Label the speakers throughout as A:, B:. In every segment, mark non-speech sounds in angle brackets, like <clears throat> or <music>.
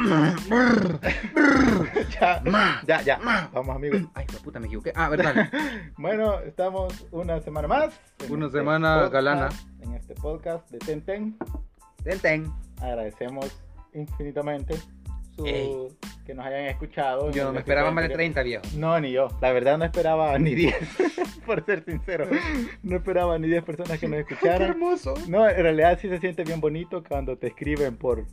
A: <laughs> ya,
B: Ma.
A: ya, ya.
B: Ma.
A: Vamos, amigos.
B: Ay, la puta, me equivoqué. Ah, verdad.
A: Bueno, estamos una semana más. en este
B: Una semana galana.
A: En este podcast de Tenten.
B: <laughs> Ten, ten.
A: Agradecemos infinitamente su-
B: Ey.
A: que nos hayan escuchado.
B: Yo no
A: En
B: me
A: el
B: esperaba más de
A: episodio
B: 30, viejo.
A: anterior. No, ni yo. La verdad no esperaba <laughs> ni 10, por ser sincero. No esperaba ni 10 personas que
B: <laughs>
A: nos escucharan.
B: hermoso!
A: No, en realidad sí se siente bien bonito cuando te escriben por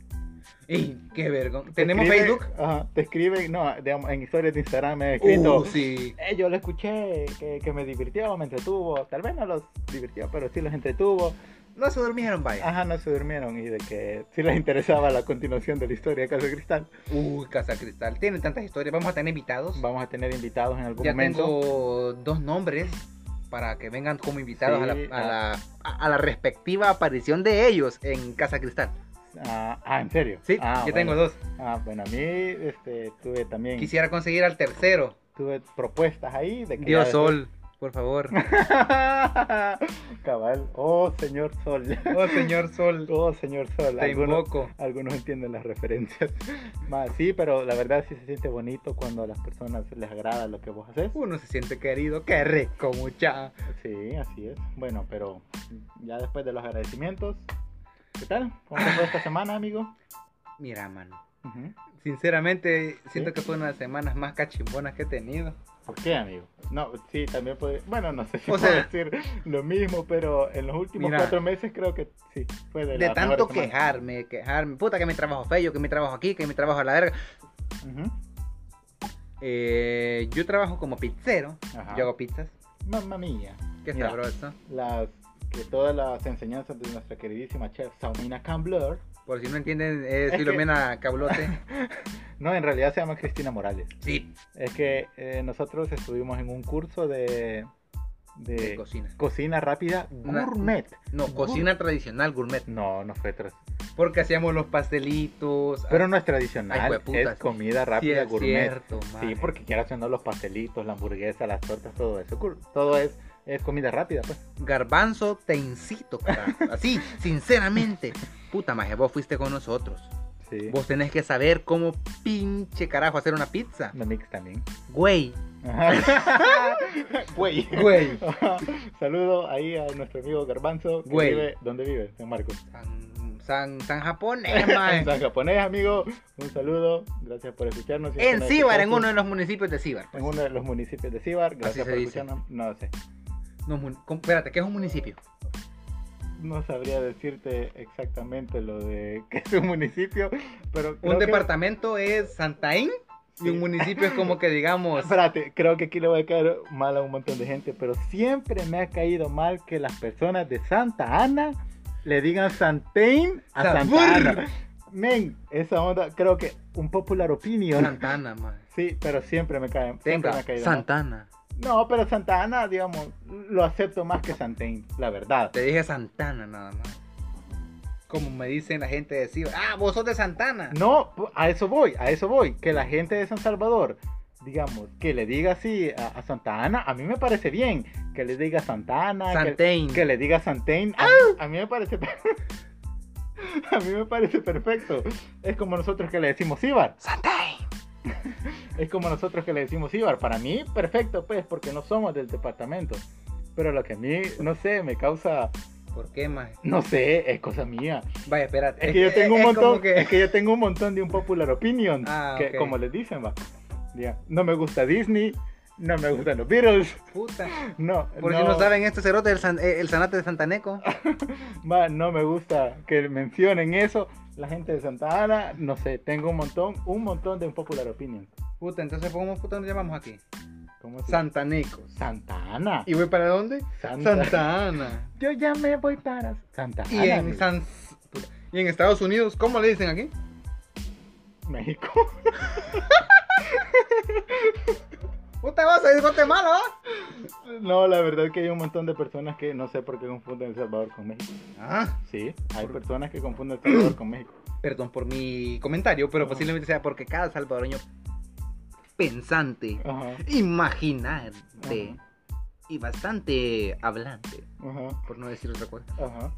B: ¡Ey, qué vergüenza!
A: Te
B: ¿Tenemos
A: escriben-
B: Facebook?
A: Ajá, te escriben, no, digamos, en historias de Instagram me han escrito.
B: Uh, sí.
A: "Eh, yo lo escuché, que, que me divirtió, me entretuvo. Tal vez no los divirtió, pero sí los entretuvo.
B: No se durmieron, vaya.
A: Ajá, no se durmieron y de que sí les interesaba la continuación de la historia de Casa de Cristal.
B: Uy, Casa Cristal. Tiene tantas historias. Vamos a tener invitados.
A: Vamos a tener invitados en algún
B: ya
A: momento.
B: tengo dos nombres para que vengan como invitados a,
A: Sí,
B: la, a, la, a- a la respectiva aparición de ellos en Casa Cristal.
A: Ah, ah, ¿en serio?
B: Sí,
A: ah,
B: ya
A: bueno.
B: tengo dos.
A: Ah, bueno, a mí este, tuve también
B: Quisiera conseguir al tercero.
A: tuve propuestas ahí de que
B: Dios
A: ya-
B: Sol, por favor.
A: <laughs> Cabal. Oh, señor Sol.
B: <laughs>
A: <laughs>
B: Oh, señor Sol,
A: Oh, señor Sol.
B: te
A: Algunos-
B: invoco.
A: Algunos entienden las referencias. <laughs> Más, sí, pero la verdad sí se siente bonito cuando a las personas les agrada lo que vos haces.
B: Uno se siente querido, qué rico, mucha.
A: Sí, así es. Bueno, pero ya después de los agradecimientos, ¿qué tal? ¿Cómo te fue esta semana, amigo?
B: Mira, mano.
A: Ujú.
B: Sinceramente, siento
A: Sí.
B: que fue una de las semanas más cachimbonas que he tenido.
A: ¿Por qué, amigo? No, sí, también puede. Bueno, no sé si
B: O
A: puedo
B: sea-
A: decir lo mismo, pero en los últimos
B: Mira.
A: cuatro meses creo que sí, fue de,
B: De
A: las
B: tanto
A: mejores
B: quejarme, quejarme. Puta que mi trabajo feo, que mi trabajo aquí, que mi trabajo a la verga.
A: semanas.
B: Eh, yo trabajo como pizzero.
A: Ujú. Ajá.
B: Yo hago pizzas.
A: Mamma mía.
B: Qué
A: Mira.
B: sabroso.
A: Las, que todas las enseñanzas de nuestra queridísima chef Saumina Cambler.
B: Por si no entienden, es,
A: Es que-
B: Filomena
A: <laughs>
B: Cablote.
A: No, en realidad se llama Cristina Morales.
B: Sí,
A: Es que eh, nosotros estuvimos en un curso de, de
B: de cocina.
A: cocina rápida
B: Una-
A: gourmet.
B: No, cocina tradicional gourmet.
A: No, no fue tras.
B: Ah, Porque hacíamos los pastelitos.
A: Pero no es
B: Ay,
A: tradicional,
B: jueputa,
A: es comida rápida
B: sí,
A: gourmet.
B: Es cierto,
A: Sí,
B: madre.
A: porque quieras o no, los pastelitos, la hamburguesa, las tortas, todo eso. cur- Todo es, es comida rápida, pues.
B: Garbanzo, te incito, carajo. Así, sinceramente. Puta maje, vos fuiste con nosotros.
A: Sí.
B: Vos tenés que saber cómo pinche carajo hacer una pizza.
A: La mix también.
B: Güey,
A: Ajá. Güey.
B: <laughs> güey.
A: Ajá. <laughs> Saludo ahí a nuestro amigo Garbanzo. Que
B: Güey.
A: vive, ¿Dónde vive? San Marcos.
B: San, san, san japonés,
A: En
B: maje.
A: San japonés, amigo. Un saludo. Gracias por escucharnos. Si
B: En
A: están
B: Cíbar, en
A: escuchando-
B: uno de los municipios de Cíbar. pues.
A: en uno de los municipios de Cibar. Gracias
B: se
A: por
B: dice.
A: escucharnos. No sé.
B: No, mun- ¿cómo? espérate, ¿qué es un municipio?
A: No sabría decirte exactamente lo de <laughs> que es un municipio, pero creo
B: un
A: que-
B: departamento es Santaín y
A: Sí.
B: un municipio es como que
A: <laughs>
B: digamos.
A: Espérate, creo que aquí le voy a caer mal a un montón de gente, pero siempre me ha caído mal que las personas de Santa Ana le digan Santain a
B: Sabur.
A: Santa Ana. Men, esa onda, creo que un popular opinion.
B: Santana, maje.
A: Sí, pero siempre me cae, siempre me
B: Tenga,
A: ha caído mal.
B: Santana.
A: No, pero Santa Ana, digamos, lo acepto más que Santain, la verdad.
B: Te dije Santana nada más. Como me dicen la gente de Cíbar. Ah, vos sos de Santana.
A: No, pu- a eso voy, a eso voy. Que la gente de San Salvador, digamos, que le diga así a, a Santa Ana, a mí me parece bien. Que le diga Santa
B: Ah,
A: Ana, que,
B: Santain.
A: que le diga Santain, a, mí- a mí me parece... per- <laughs> A mí me parece perfecto. Es como nosotros que le decimos Ibar.
B: Santain.
A: <laughs> Es como nosotros que le decimos Ibar. Para mí, perfecto, pues, porque no somos del departamento. Pero lo que a mí, no sé, me causa,
B: ¿Por qué, maje?
A: no sé, es cosa mía.
B: Vaya, espérate.
A: Es que yo tengo un
B: <laughs> es
A: montón,
B: como que-
A: es que yo tengo un montón de un popular opinion,
B: Ah,
A: que
B: ok.
A: como les dicen, va. Diga, no me gusta Disney, no me gustan los Beatles,
B: Puta.
A: no,
B: Por si no saben, este cerote es el, san- eh, el sanate de Santaneco.
A: va, no me gusta que mencionen eso. La gente de Santa Ana, no sé, tengo un montón, un montón de un popular opinion.
B: Puta, entonces, ¿cómo puta nos llamamos aquí?
A: ¿Cómo se-
B: Santanecos.
A: Santa Ana.
B: ¿Y voy para dónde?
A: Santa-
B: Santa Ana.
A: Yo ya me voy para Santa Ana.
B: Y en,
A: amigo.
B: San... puta, y en Estados Unidos, ¿cómo le dicen aquí?
A: México. <laughs>
B: Puta, vas a ir Guatemala, ¿va?
A: No, la verdad que hay un montón de personas que no sé por qué confunden El Salvador con México.
B: Ah,
A: Sí, hay personas que confunden El Salvador con México.
B: perdón por mi comentario, pero
A: Ajá.
B: posiblemente sea porque cada salvadoreño pensante,
A: Ajá.
B: imaginante
A: Ajá.
B: y bastante hablante,
A: Ajá,
B: por no decir otra cosa,
A: ajá.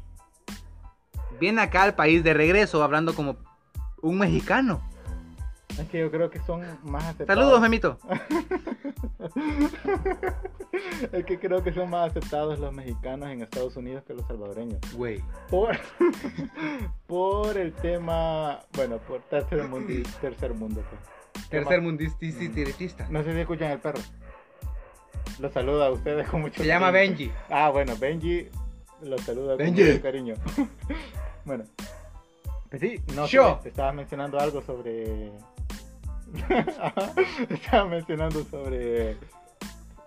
B: viene acá al país de regreso hablando como un mexicano.
A: Es que yo creo que son más aceptados.
B: Saludos, Memito.
A: es que creo que son más aceptados los mexicanos en Estados Unidos que los salvadoreños.
B: Güey.
A: Por, <laughs> por el tema, bueno, por tercer mundo. Tercer mundo pues.
B: Tercer
A: Tema-
B: Mm. mundista.
A: No sé si escuchan el perro. Los saluda a ustedes con mucho
B: Se llama
A: cariño.
B: Benji.
A: Ah, bueno, Benji los saluda
B: Benji.
A: con mucho cariño. <laughs> bueno. Pues sí, no sé,
B: Yo.
A: te estaba mencionando algo sobre... <laughs> estaba mencionando sobre...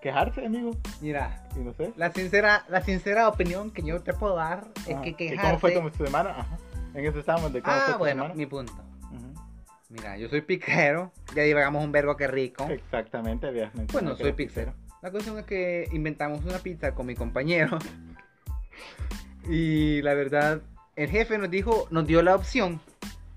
A: Quejarse, amigo.
B: Mira,
A: Y no sé.
B: la sincera, la sincera opinión que yo te puedo dar es
A: Ajá.
B: que
A: ¿Y
B: quejarse...
A: Ah, ¿Cómo fue tu semana? Ajá. En eso estábamos de cómo fue
B: Ah,
A: tu
B: bueno,
A: semana.
B: mi punto.
A: Ujú.
B: Mira, yo soy piquero. Ya divagamos un verbo que rico.
A: Exactamente, habías mencionado.
B: Bueno,
A: que
B: soy
A: eras
B: pizzero. La cuestión es que inventamos una pizza con mi compañero. <laughs> Y la verdad, el jefe nos dijo, nos dio la opción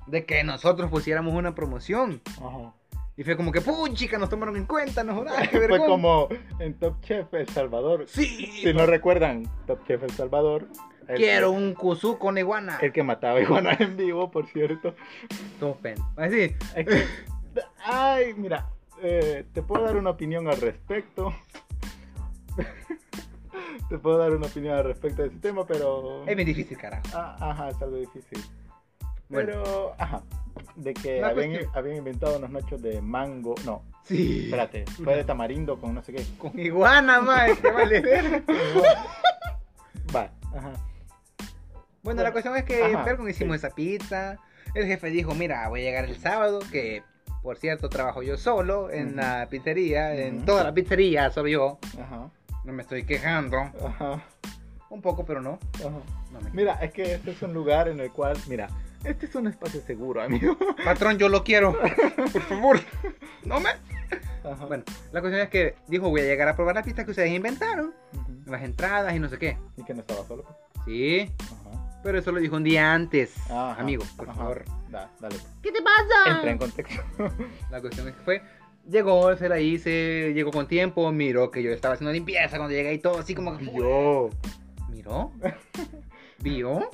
B: de que nosotros pusiéramos una promoción.
A: Ajá.
B: Y fue como que, puchica, nos tomaron en cuenta, nos jodas, qué
A: <laughs> Fue
B: vergón".
A: como en Top Chef El Salvador.
B: Sí,
A: Si no recuerdan, Top Chef El Salvador. el-
B: quiero un kuzú con iguana.
A: El que mataba iguanas en vivo, por cierto.
B: Topen. Así,
A: Es que- ay, mira, eh, te puedo dar una opinión al respecto. <laughs> te puedo dar una opinión al respecto de ese tema, pero.
B: es bien difícil, carajo.
A: Ah, ajá, es algo difícil.
B: Bueno.
A: Pero, ajá. De que
B: Una
A: habían,
B: cuestión.
A: habían inventado unos nachos de mango. No,
B: Sí.
A: espérate, fue de tamarindo con no sé qué.
B: Con iguana, mae, qué
A: <laughs>
B: vale ver.
A: Va, ajá.
B: Bueno, la cuestión es que
A: Ajá,
B: Perkins hicimos esa pizza. El jefe dijo, mira, voy a llegar el sábado, que por cierto trabajo yo solo en
A: Ujú.
B: la pizzería, en
A: Ujú.
B: toda la pizzería, solo yo.
A: Ajá,
B: No me estoy quejando.
A: ajá,
B: Un poco, pero no.
A: ajá.
B: no me...
A: Mira, es que este es un lugar en el cual, mira, este es un espacio seguro, amigo.
B: Patrón, yo lo quiero.
A: <laughs>
B: por favor. No me...
A: Ajá.
B: Bueno, la cuestión es que dijo, voy a llegar a probar la pizza que ustedes inventaron.
A: Ujú.
B: Las entradas y no sé qué.
A: Y que no estaba solo. pues.
B: Sí,
A: Ajá.
B: pero eso lo dijo un día antes.
A: Ajá.
B: Amigo, por
A: Ajá.
B: favor.
A: Da, dale.
B: ¿Qué te pasa?
A: Entra en <laughs> contexto.
B: La cuestión es que fue, llegó, se la hice, llegó con tiempo, miró que yo estaba haciendo limpieza cuando llegué y todo, así como que...
A: Yo. <laughs>
B: ¿Miró? ¿Vio?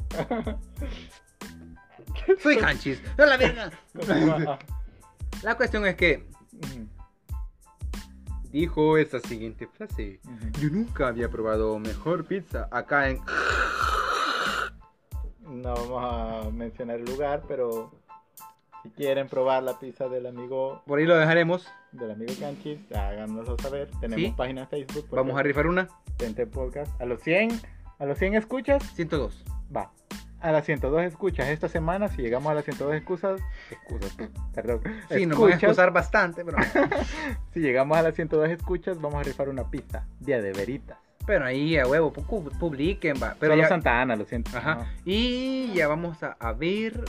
B: Soy canchis. No la verga.
A: Continúa.
B: La cuestión es que
A: Ujú.
B: dijo esta siguiente frase.
A: Ujú.
B: Yo nunca había probado mejor pizza acá en...
A: No vamos a mencionar el lugar, pero si quieren probar la pizza del amigo
B: Por ahí lo dejaremos.
A: del amigo Canchis, háganoslo saber. Tenemos
B: Sí.
A: página en Facebook. por
B: Vamos a
A: ejemplo,
B: rifar una.
A: Tente Podcast. A los 100, a los 100 escuchas,
B: 102.
A: va. A las 102 escuchas esta semana, si llegamos a las 102 excusas, excusas, perdón.
B: Sí, nos van a
A: escuchas,
B: excusar bastante, pero...
A: Si llegamos a las 102 escuchas, vamos a rifar una pizza. Día de veritas.
B: Pero ahí, a huevo, pu- publiquen, va. Pero
A: Pero Solo
B: ya-
A: Santa Ana, lo siento.
B: Ajá. Y ya vamos a, a ver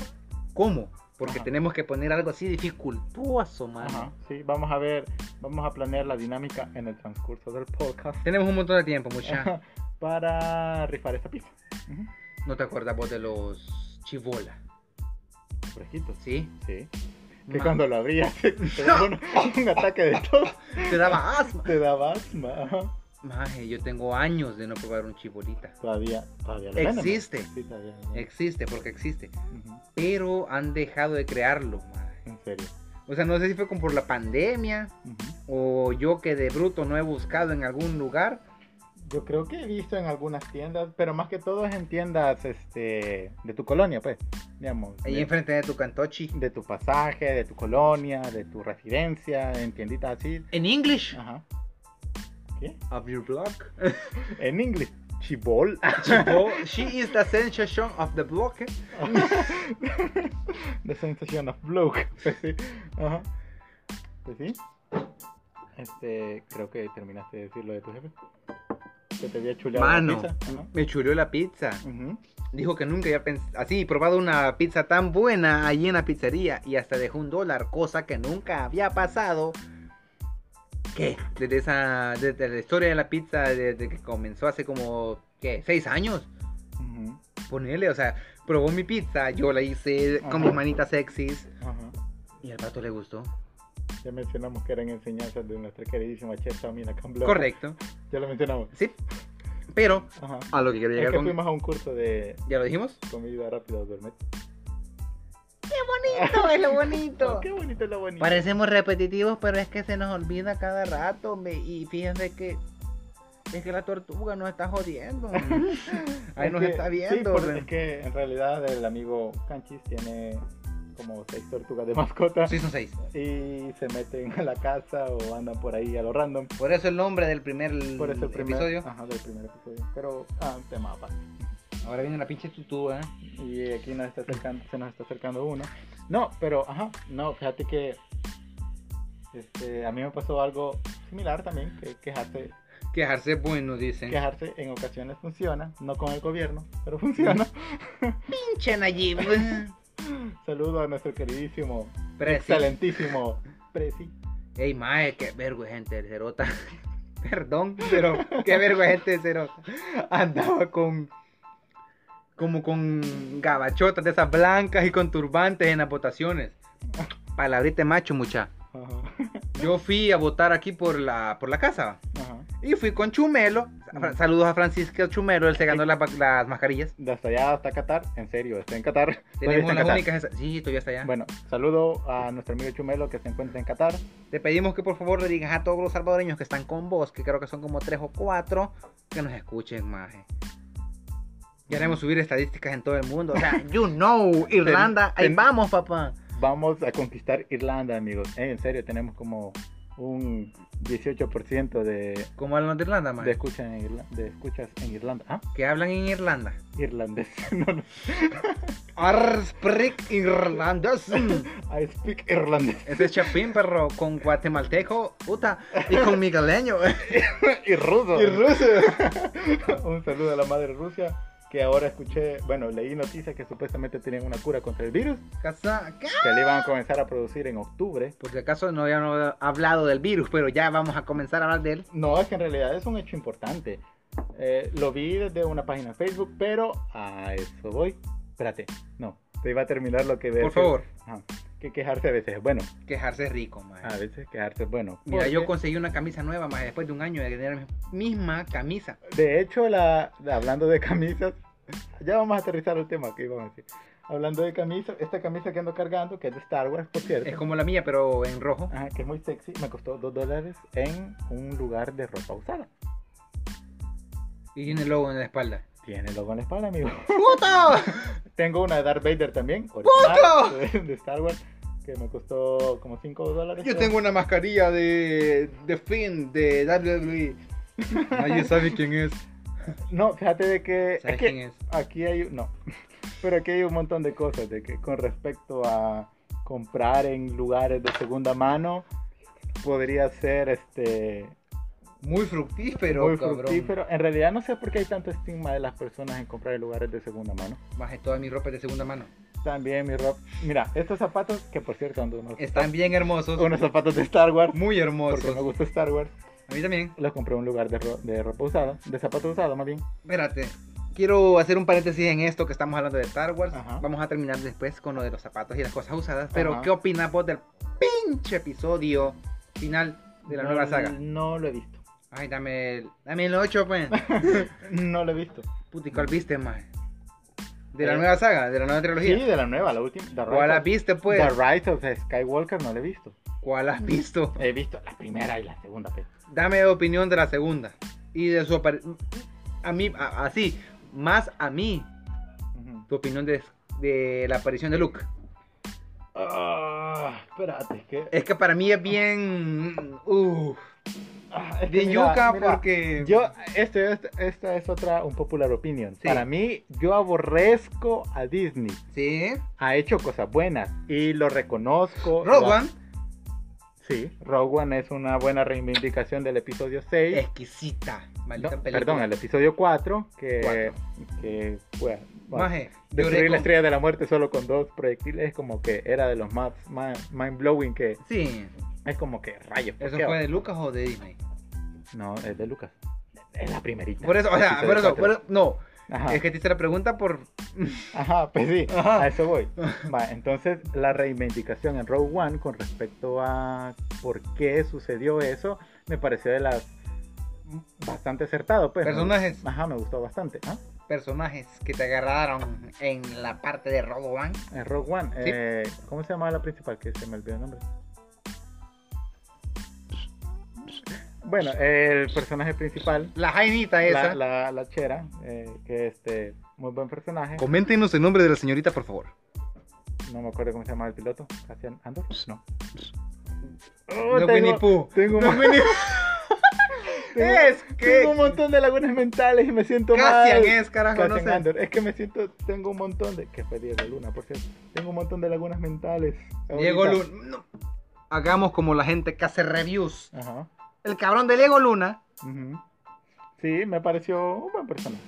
B: cómo. Porque
A: Ajá.
B: tenemos que poner algo así dificultuoso,
A: No.
B: mano.
A: Ajá. Sí, vamos a ver, vamos a planear la dinámica en el transcurso del podcast
B: Tenemos un montón de tiempo, mucha.
A: <laughs> para rifar esta pizza. Ujú.
B: No te acuerdas vos de los chivola,
A: Fresquitos.
B: ¿sí?
A: Sí. Que
B: Ma-
A: cuando lo abrías <laughs> te, te daba un, un ataque de tos,
B: <laughs> Te daba asma.
A: te daba asma. Ajá.
B: Maje, yo tengo años de no probar un chibolita.
A: Todavía, todavía lo venden, ¿no?
B: Existe.
A: Sí, todavía lo venden.
B: Existe, porque existe.
A: Ujú.
B: Pero han dejado de crearlo, maje.
A: En serio.
B: O sea, no sé si fue como por la pandemia
A: Ujú.
B: o yo que de bruto no he buscado en algún lugar.
A: Yo creo que he visto en algunas tiendas, pero más que todo es en tiendas este, de tu colonia, pues. Digamos.
B: Ahí
A: de-
B: enfrente de tu cantochi.
A: de tu pasaje, de tu colonia, de tu residencia, en tienditas así.
B: En English.
A: Ajá. ¿Qué?
B: Of your block.
A: En inglés. Chibol. <laughs>
B: Chivo, she is the sensation of the block.
A: The sensation of blue. <laughs> Pues sí. Ajá. Pues sí. Este, creo que terminaste de decir lo de tu jefe. Que te había chuleado
B: Mano.
A: la pizza. Ajá.
B: Me churió la pizza.
A: Ujú.
B: Dijo que nunca había pens- así probado una pizza tan buena allí en la pizzería y hasta dejó un dólar, cosa que nunca había pasado. ¿Qué? Desde esa desde la historia de la pizza desde que comenzó hace como ¿qué? seis años.
A: Ujú.
B: Ponele, o sea, probó mi pizza, yo la hice con mis
A: Ajá.
B: manitas sexys
A: Ajá.
B: y al pato le gustó.
A: Ya mencionamos que eran enseñanzas de nuestra queridísima chef Samina Camblo.
B: Correcto.
A: Ya lo mencionamos.
B: Sí. Pero
A: Ajá.
B: a lo que quiero
A: Es
B: llegar
A: que
B: con
A: fuimos a un curso de
B: ya lo dijimos.
A: comida rápida gourmet.
B: ¡Qué bonito, es lo bonito.
A: Oh, <laughs> qué bonito es lo bonito.
B: Parecemos repetitivos, pero es que se nos olvida cada rato, hombre, Y fíjense que es que la tortuga nos
A: <laughs>
B: está jodiendo. hombre. Ahí
A: Es
B: nos
A: que-
B: está
A: Sí,
B: viendo.
A: por-
B: hombre.
A: es que en realidad el amigo Canchis tiene como seis tortugas de mascota.
B: Sí, son seis.
A: Y se meten a la casa o andan por ahí a lo random.
B: Por eso el nombre del primer,
A: Por eso el primer ah.
B: episodio.
A: Ajá, del primer episodio. Pero, ah, tema aparte.
B: Ahora viene la pinche tutuba, ¿eh?
A: Y aquí nos está acercando, se nos está acercando uno. No, pero, ajá, no, fíjate que este, a mí me pasó algo similar también, que quejarse,
B: Quejarse es bueno, dicen.
A: quejarse en ocasiones funciona, no con el gobierno, pero
B: <laughs>
A: funciona. <laughs>
B: Pinche Nayib.
A: Saludo a nuestro queridísimo,
B: Presi.
A: excelentísimo Presi.
B: Ey, mae, qué vergüenza el cerota. <laughs> Perdón, pero qué vergüenza el cerota. Andaba con. Como con gabachotas de esas blancas y con turbantes en las votaciones. Palabrita de macho, mucha.
A: Ajá,
B: Yo fui a votar aquí por la, por la casa.
A: ajá.
B: Y fui con Chumelo.
A: Mm.
B: Fra- Saludos a Francisco Chumelo, él se ganó las, vac- las mascarillas.
A: De hasta allá hasta Qatar, en serio, está en Qatar. Todavía está
B: Tenemos
A: en
B: las
A: Qatar.
B: únicas esas. Sí, todavía está allá.
A: Bueno, saludo a nuestro amigo Chumelo que se encuentra en Qatar.
B: Te pedimos que por favor le digas a todos los salvadoreños que están con vos, que creo que son como tres o cuatro, que nos escuchen, maje. Queremos subir estadísticas en todo el mundo. O sea, Mm. <laughs> you know, Irlanda, ahí
A: ten-
B: vamos, papá.
A: Vamos a conquistar Irlanda, amigos. Eh, en serio, tenemos como un 18% de,
B: ¿Cómo hablan los de Irlanda, maje?
A: de, escucha en Irla- de escuchas en Irlanda. Ah,
B: Que hablan en Irlanda.
A: irlandés. <laughs> No, no.
B: Arsprick irlandés.
A: I speak irlandés.
B: <laughs> Ese es Chapín, perro, con guatemalteco, puta, y con migueleño. <laughs>
A: y ruso. <laughs>
B: Y ruso.
A: un saludo a la madre Rusia que ahora escuché, bueno, leí noticias que supuestamente tienen una cura contra el virus,
B: Casa- ¿qué?
A: que le iban a comenzar a producir en octubre.
B: Por si acaso no habíamos hablado del virus, pero ya vamos a comenzar a hablar de él.
A: No, es que en realidad es un hecho importante. Eh, lo vi desde una página de Facebook, pero a eso voy. Espérate, no, te iba a terminar lo que iba a
B: Por
A: decir.
B: favor,
A: Ajá. Que quejarse a veces es bueno.
B: quejarse es rico, maje.
A: A veces quejarse es bueno.
B: Mira,
A: Porque,
B: yo conseguí una camisa nueva más después de un año de tener mi misma camisa.
A: De hecho, la, la- hablando de camisas, <laughs> ya vamos a aterrizar el tema que íbamos a decir. Hablando de camisas, esta camisa que ando cargando, que es de Star Wars, por cierto.
B: Es como la mía, pero en rojo.
A: Ajá, que es muy sexy, me costó 2 dólares en un lugar de ropa usada.
B: Y tiene el logo en la espalda.
A: Tiene logo en la espalda, amigo. <laughs>
B: ¡Puto! <laughs>
A: Tengo una de Darth Vader también,
B: ¡Puto!
A: de, <laughs> de Star Wars, que me costó como 5 dólares.
B: Yo tengo una mascarilla de, de Finn, de WWE. <laughs> Nadie sabe quién es.
A: No, fíjate de que,
B: ¿Sabes
A: es que
B: quién es?
A: aquí hay, no, <laughs> pero aquí hay un montón de cosas de que con respecto a comprar en lugares de segunda mano podría ser este
B: Muy fructífero,
A: muy
B: cabrón.
A: fructífero. En realidad no sé por qué hay tanto estigma de las personas en comprar en lugares de segunda mano.
B: Más de toda mi ropa es de segunda mano.
A: También mi ropa. Mira, estos zapatos, que por cierto ando unos,
B: Están bien hermosos.
A: unos zapatos de Star Wars,
B: Muy
A: porque me
B: hermosos.
A: gusta Star Wars,
B: A mí también.
A: los compré en un lugar de, ro- de ropa usada, de zapatos usados más bien.
B: Espérate. Quiero hacer un paréntesis en esto que estamos hablando de Star Wars.
A: Ajá.
B: Vamos a terminar después con lo de los zapatos y las cosas usadas. Pero,
A: Ajá.
B: ¿qué opinas vos del pinche episodio final de la
A: No-
B: nueva saga?
A: No lo he visto.
B: Ay, dame el, dame el
A: <laughs>
B: 8, pues.
A: No lo he visto.
B: Puti, ¿cuál viste, más? De la
A: Eh.
B: nueva saga, de la nueva
A: Sí,
B: trilogía.
A: de la nueva, la última. The Rise
B: ¿Cuál
A: of-
B: has visto, pues?
A: The Rise of Skywalker no lo he visto.
B: ¿Cuál has visto?
A: He visto la primera y la segunda. pe-
B: Dame opinión de la segunda. Y de su apar- A mí, a- así, más a mí,
A: Ujú.
B: tu opinión de, de la aparición de Luke.
A: Ah, espérate, es que.
B: Es que para mí es bien. Uff.
A: ah, es que
B: De
A: mira,
B: yuca
A: mira,
B: porque.
A: Yo, este, este- esta es otra un popular opinion.
B: Sí.
A: Para mí, yo aborrezco a Disney.
B: Sí.
A: Ha hecho cosas buenas y lo reconozco.
B: Rogue
A: La-
B: One,
A: Sí, Rogue One es una buena reivindicación del episodio 6.
B: exquisita. Maldita
A: No,
B: película.
A: perdón, el episodio 4. Que.
B: Cuatro.
A: que bueno, bueno,
B: Maje, lloré
A: Destruir la
B: con-
A: estrella de la muerte solo con dos proyectiles es como que era de los más mind blowing que
B: Sí.
A: es como que rayos. ¿por
B: ¿Eso
A: qué?
B: fue de Lucas o de Disney?
A: No, es de Lucas. Es la primerita.
B: Por eso, o sea,
A: Episodio
B: por eso,
A: cuatro.
B: por eso- no.
A: Ajá,
B: Es que te hice la pregunta por.
A: ajá, pues sí,
B: Ajá.
A: a eso voy. Va, entonces, la reivindicación en Rogue One con respecto a por qué sucedió eso, me pareció de las bastante acertado, pues.
B: Personajes.
A: Ajá, me gustó bastante. ¿ah?
B: personajes que te agarraron en la parte de Rogue One.
A: En Rogue One.
B: Sí.
A: eh, ¿Cómo se llamaba la principal? Que se me olvidó el nombre. Bueno, el personaje principal,
B: La jainita
A: la,
B: esa.
A: la, la chera, eh, que este, muy buen personaje.
B: Coméntenos el nombre de la señorita, por favor.
A: No me acuerdo cómo se llamaba el piloto. ¿Cassian Andor? No.
B: Pues no, Winnie Pooh.
A: tengo,
B: No,
A: un-
B: Winnie- <laughs>
A: tengo-
B: es
A: tengo un
B: que.
A: montón de lagunas mentales y me siento mal.
B: Cassian es, carajo,
A: Cassian
B: no sé.
A: Andor. Es que me siento, tengo un montón de. Que fue Diego Luna, por cierto. Tengo un montón de lagunas mentales.
B: Diego
A: ahorita.
B: Luna. no. Hagamos como la gente que hace reviews.
A: Ajá.
B: El cabrón de Diego Luna.
A: Ujú. Sí, me pareció un buen personaje.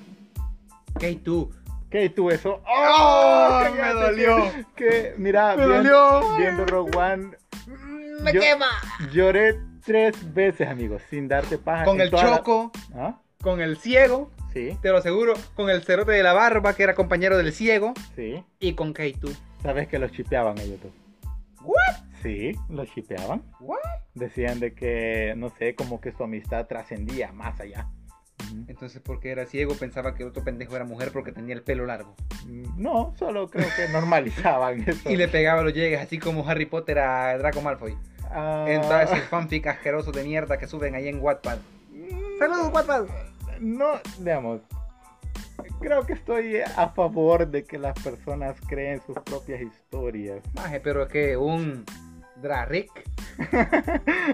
B: Hey, tú.
A: ¿Qué? ¿Y tú eso?
B: ¡Oh!
A: ¡Cállate!
B: Me dolió.
A: Que, mira,
B: Me
A: viendo,
B: dolió. Mm,
A: viendo Rogue One,
B: Me
A: Yo-
B: quema.
A: lloré tres veces, amigos, sin darte paja.
B: Con
A: en
B: el
A: toda la-
B: choco,
A: ¿Ah?
B: con el ciego,
A: Sí,
B: te lo aseguro. Con el cerote de la barba, que era compañero del ciego.
A: sí.
B: Y con K2.
A: Sabes que los chipeaban ellos dos.
B: ¿What?
A: Sí, los chipeaban.
B: ¿What?
A: Decían de que, no sé, como que su amistad trascendía más allá. Ujú.
B: Entonces, porque era ciego, pensaba que el otro pendejo era mujer porque tenía el pelo largo.
A: Mm, No, solo creo que normalizaban eso.
B: <laughs> Y le pegaba los llegues, así como Harry Potter a Draco Malfoy.
A: Ah,
B: En todo ese fanfic asqueroso de mierda que suben ahí en Wattpad.
A: mm,
B: ¡Saludos, Wattpad!
A: No, digamos, creo que estoy a favor de que las personas creen sus propias historias.
B: Maje, pero es que un Drarrick
A: <laughs>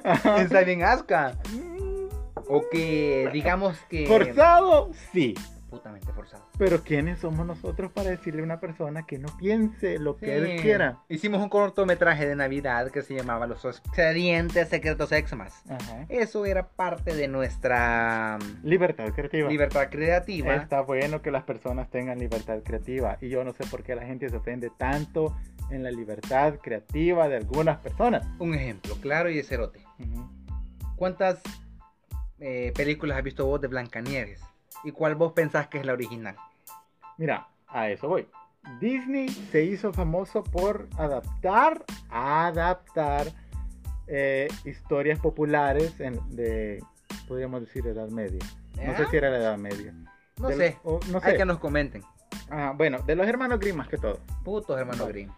A: Ajá.
B: está bien asca.
A: Mm,
B: O que digamos que...
A: Forzado, sí.
B: Putamente forzado.
A: Pero ¿quiénes somos nosotros para decirle a una persona que no piense lo que él
B: Sí.
A: quiera?
B: Hicimos un cortometraje de Navidad que se llamaba Los expedientes secretos Exmas.
A: Ajá.
B: Eso era parte de nuestra mm,
A: Libertad creativa.
B: libertad creativa.
A: Está bueno que las personas tengan libertad creativa. Y yo no sé por qué la gente se ofende tanto en la libertad creativa de algunas personas.
B: Un ejemplo claro y de cerote.
A: Ujú.
B: ¿Cuántas eh, películas has visto vos de Blancanieves? ¿Y cuál vos pensás que es la original?
A: Mira, a eso voy. Disney se hizo famoso por adaptar, adaptar eh, historias populares en- de, podríamos decir, Edad Media. No sé
B: ¿Ah?
A: si era la Edad Media.
B: No
A: De-
B: sé.
A: o- no
B: Hay
A: sé.
B: que nos comenten.
A: Ajá, bueno, de los hermanos Grimm más que todo.
B: Putos hermano
A: Vale.
B: Green.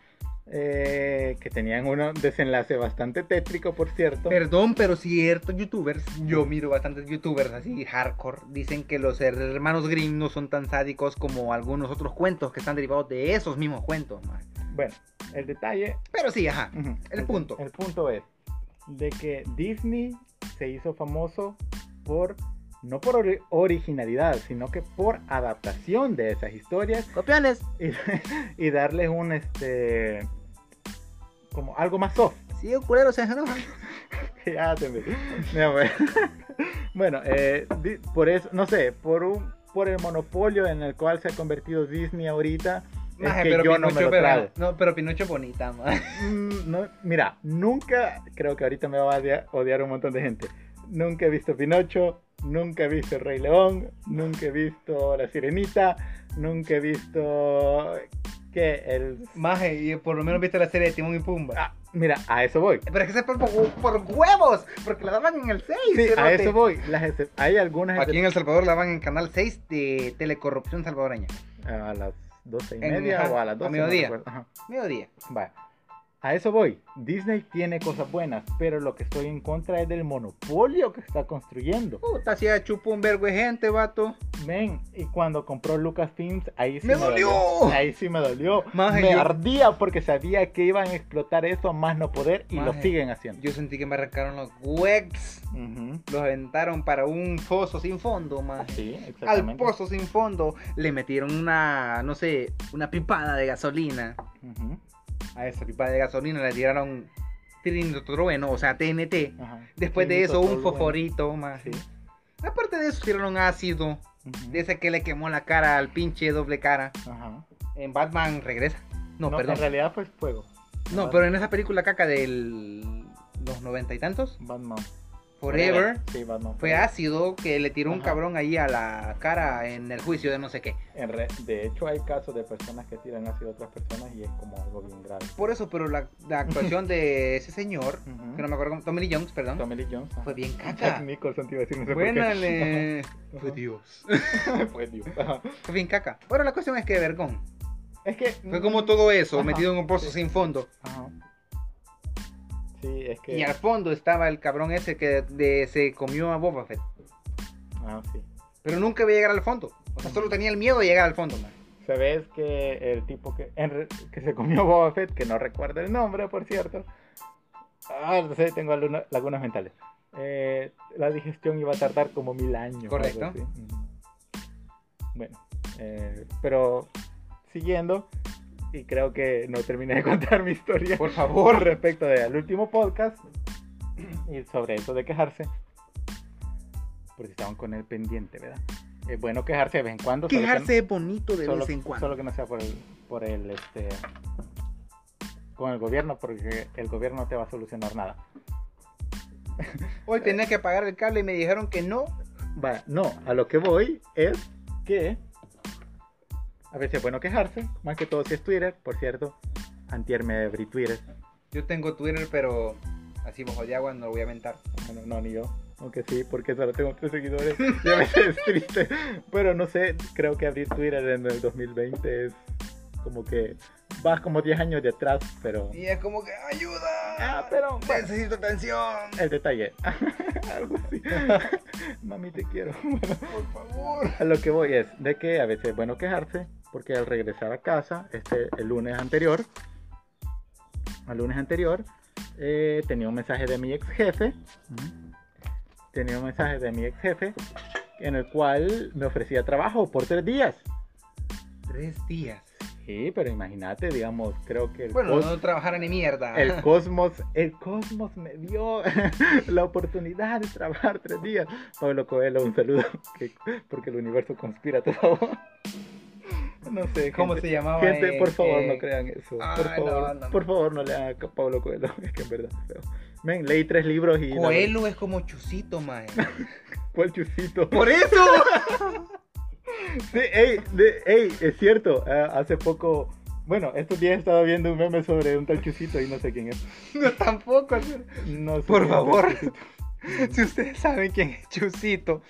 A: Eh, que tenían un desenlace bastante tétrico, por cierto.
B: Perdón, pero ciertos youtubers, yo miro bastantes youtubers así hardcore, dicen que los hermanos Green no son tan sádicos como algunos otros cuentos que están derivados de esos mismos cuentos. ma.
A: Bueno, el detalle
B: Pero sí, ajá.
A: Ujú.
B: El punto.
A: El punto es de que Disney se hizo famoso por no por ori- originalidad, sino que por adaptación de esas historias <laughs>
B: Copiones.
A: y, y darles un este como algo más soft. <laughs>
B: Sí, culeros ¿eh? se enojan.
A: Ya te entendí. Mira, pues. <laughs> bueno, eh, di- por eso no sé, por un por el monopolio en el cual se ha convertido Disney ahorita, es
B: Maje,
A: que
B: pero
A: yo no me
B: Pinocho,
A: lo trago.
B: pero, no, pero Pinocho bonita, ma.
A: Mm, no, mira, nunca, creo que ahorita me va a odia- odiar un montón de gente. Nunca he visto Pinocho, nunca he visto El Rey León, nunca he visto La Sirenita, nunca he visto que el
B: <laughs> Maje, y por lo menos viste la serie de Timón y Pumba.
A: Ah, mira, a eso voy.
B: Pero es que se por, por, por huevos, porque la daban en el 6.
A: Sí, a eso voy. Las excep- hay algunas
B: Aquí en El Salvador la van en Canal 6 de Telecorrupción Salvadoreña.
A: excep- a las doce y
B: En-
A: media
B: ajá,
A: o a las
B: a
A: doce.
B: mediodía.
A: Ajá.
B: Mediodía.
A: Vaya. A eso voy. Disney tiene cosas buenas, pero lo que estoy en contra es del monopolio que está construyendo.
B: Puta, hacía chupó un vergo de gente, vato.
A: Men, y cuando compró Lucasfilms, ahí sí
B: ¡Me
A: me,
B: dolió!
A: dolió. Ahí sí me dolió.
B: Maje,
A: me
B: yo-
A: ardía porque sabía que iban a explotar eso a más no poder y
B: Maje,
A: lo siguen haciendo.
B: eh, Yo sentí que me arrancaron los huecs.
A: Ujú.
B: Los aventaron para un foso sin fondo, más. eh,
A: Sí,
B: Al
A: exactamente.
B: pozo sin fondo le metieron una, no sé, una pipada de gasolina.
A: Ujú,
B: A esa pipada de gasolina le tiraron trinitrotolueno, o sea, TNT.
A: ajá.
B: Después
A: Sí,
B: de eso,
A: todo
B: un
A: lo bueno.
B: fosforito, más.
A: Sí.
B: Aparte de eso, tiraron ácido.
A: Ujú,
B: De ese que le quemó la cara al pinche doble cara.
A: Ajá.
B: En Batman regresa. No,
A: No,
B: perdón.
A: En realidad fue fuego.
B: No, pero en esa película caca del. los noventa y tantos.
A: Batman.
B: Forever.
A: Sí, Batman.
B: Fue
A: Forever.
B: ácido que le tiró un
A: Ajá.
B: cabrón ahí a la cara en el juicio de no sé qué.
A: En re- de hecho, hay casos de personas que tiran ácido a otras personas y es como algo bien grave.
B: Por eso, pero la, la actuación de ese señor,
A: Ujú.
B: que no me acuerdo, cómo- Tommy Lee Jones, perdón,
A: Tommy Lee Jones. <laughs>
B: fue bien
A: Jack
B: caca.
A: Nicholson te iba a decir, no sé por qué.
B: Buenale.
A: Ajá.
B: Fue Dios.
A: <laughs> Fue Dios. Ajá.
B: Fue bien caca. Bueno, la cuestión es que Vergón.
A: Es que.
B: Fue como todo eso,
A: Mm. Ajá.
B: metido en un pozo
A: Sí.
B: sin fondo.
A: Ajá. Sí, es que.
B: Y al fondo estaba el cabrón ese que de- se comió a Boba Fett.
A: Ah, sí.
B: Pero nunca iba a llegar al fondo. O sea, solo tenía el miedo de llegar al fondo, man.
A: Se ve que el tipo que, en re- que se comió Boba Fett, que no recuerdo el nombre, por cierto. Ah, no sé, tengo alguna- lagunas mentales. Eh, la digestión iba a tardar como mil años. o algo
B: Correcto.
A: así. Ujú. Bueno, eh, pero siguiendo, y creo que no terminé de contar mi historia.
B: Por
A: <laughs>
B: favor.
A: Respecto de- al último podcast y sobre eso de quejarse. Porque estaban con el pendiente, ¿verdad? Es bueno quejarse de vez en cuando. solo que-
B: Quejarse es bonito de
A: solo,
B: vez en cuando.
A: solo que no sea por el, por el este con el gobierno, porque el gobierno no te va a solucionar nada.
B: Hoy tenía que pagar el cable y me dijeron que no.
A: Va, no, a lo que voy es que a veces es bueno quejarse, más que todo si es Twitter, por cierto. Antier me abrí Twitter.
B: Yo tengo Twitter, pero así bajo de agua no lo voy a aventar.
A: Bueno, no, ni yo. Aunque sí, porque solo tengo tres seguidores. Y a veces es triste. Pero no sé, creo que abrir Twitter en el 2020 es como que vas como 10 años de atrás, pero...
B: Y es como que, ¡ayuda!
A: Ah, pero... bueno,
B: Necesito atención,
A: el detalle. <laughs> Algo así. <laughs> Mami, te quiero. <laughs> Bueno,
B: por favor.
A: a lo que voy es de que a veces es bueno quejarse, porque al regresar a casa, este, el lunes anterior, al lunes anterior, eh, tenía un mensaje de mi ex jefe. Tenía un mensaje de mi ex jefe en el cual me ofrecía trabajo por tres días.
B: Tres días.
A: Sí, pero imagínate, digamos, creo que el
B: Bueno,
A: cos-
B: no trabajara ni mierda. <laughs>
A: el cosmos, el cosmos me dio <laughs> la oportunidad de trabajar tres días. Pablo Coelho, un saludo, <laughs> que- porque el universo conspira a tu favor. No sé,
B: ¿Cómo
A: gente,
B: se llamaba?
A: gente,
B: eh,
A: por favor,
B: que-
A: no crean eso.
B: Ay,
A: por
B: no,
A: favor,
B: no.
A: por favor, no lean a Pablo Coelho, <laughs> es que en verdad es feo. Men, leí tres libros y...
B: Coelho es como
A: <laughs>
B: chucito, man.
A: ¿Cuál chusito? <laughs>
B: ¡Por eso!
A: Sí, ey, de- ey, es cierto, ah, hace poco... Bueno, estos días estaba viendo un meme sobre un tal chusito y no sé quién es.
B: <laughs> no, tampoco.
A: No sé
B: Por
A: quién es
B: favor. <laughs>
A: Chusito.
B: Si ustedes saben quién es Chusito,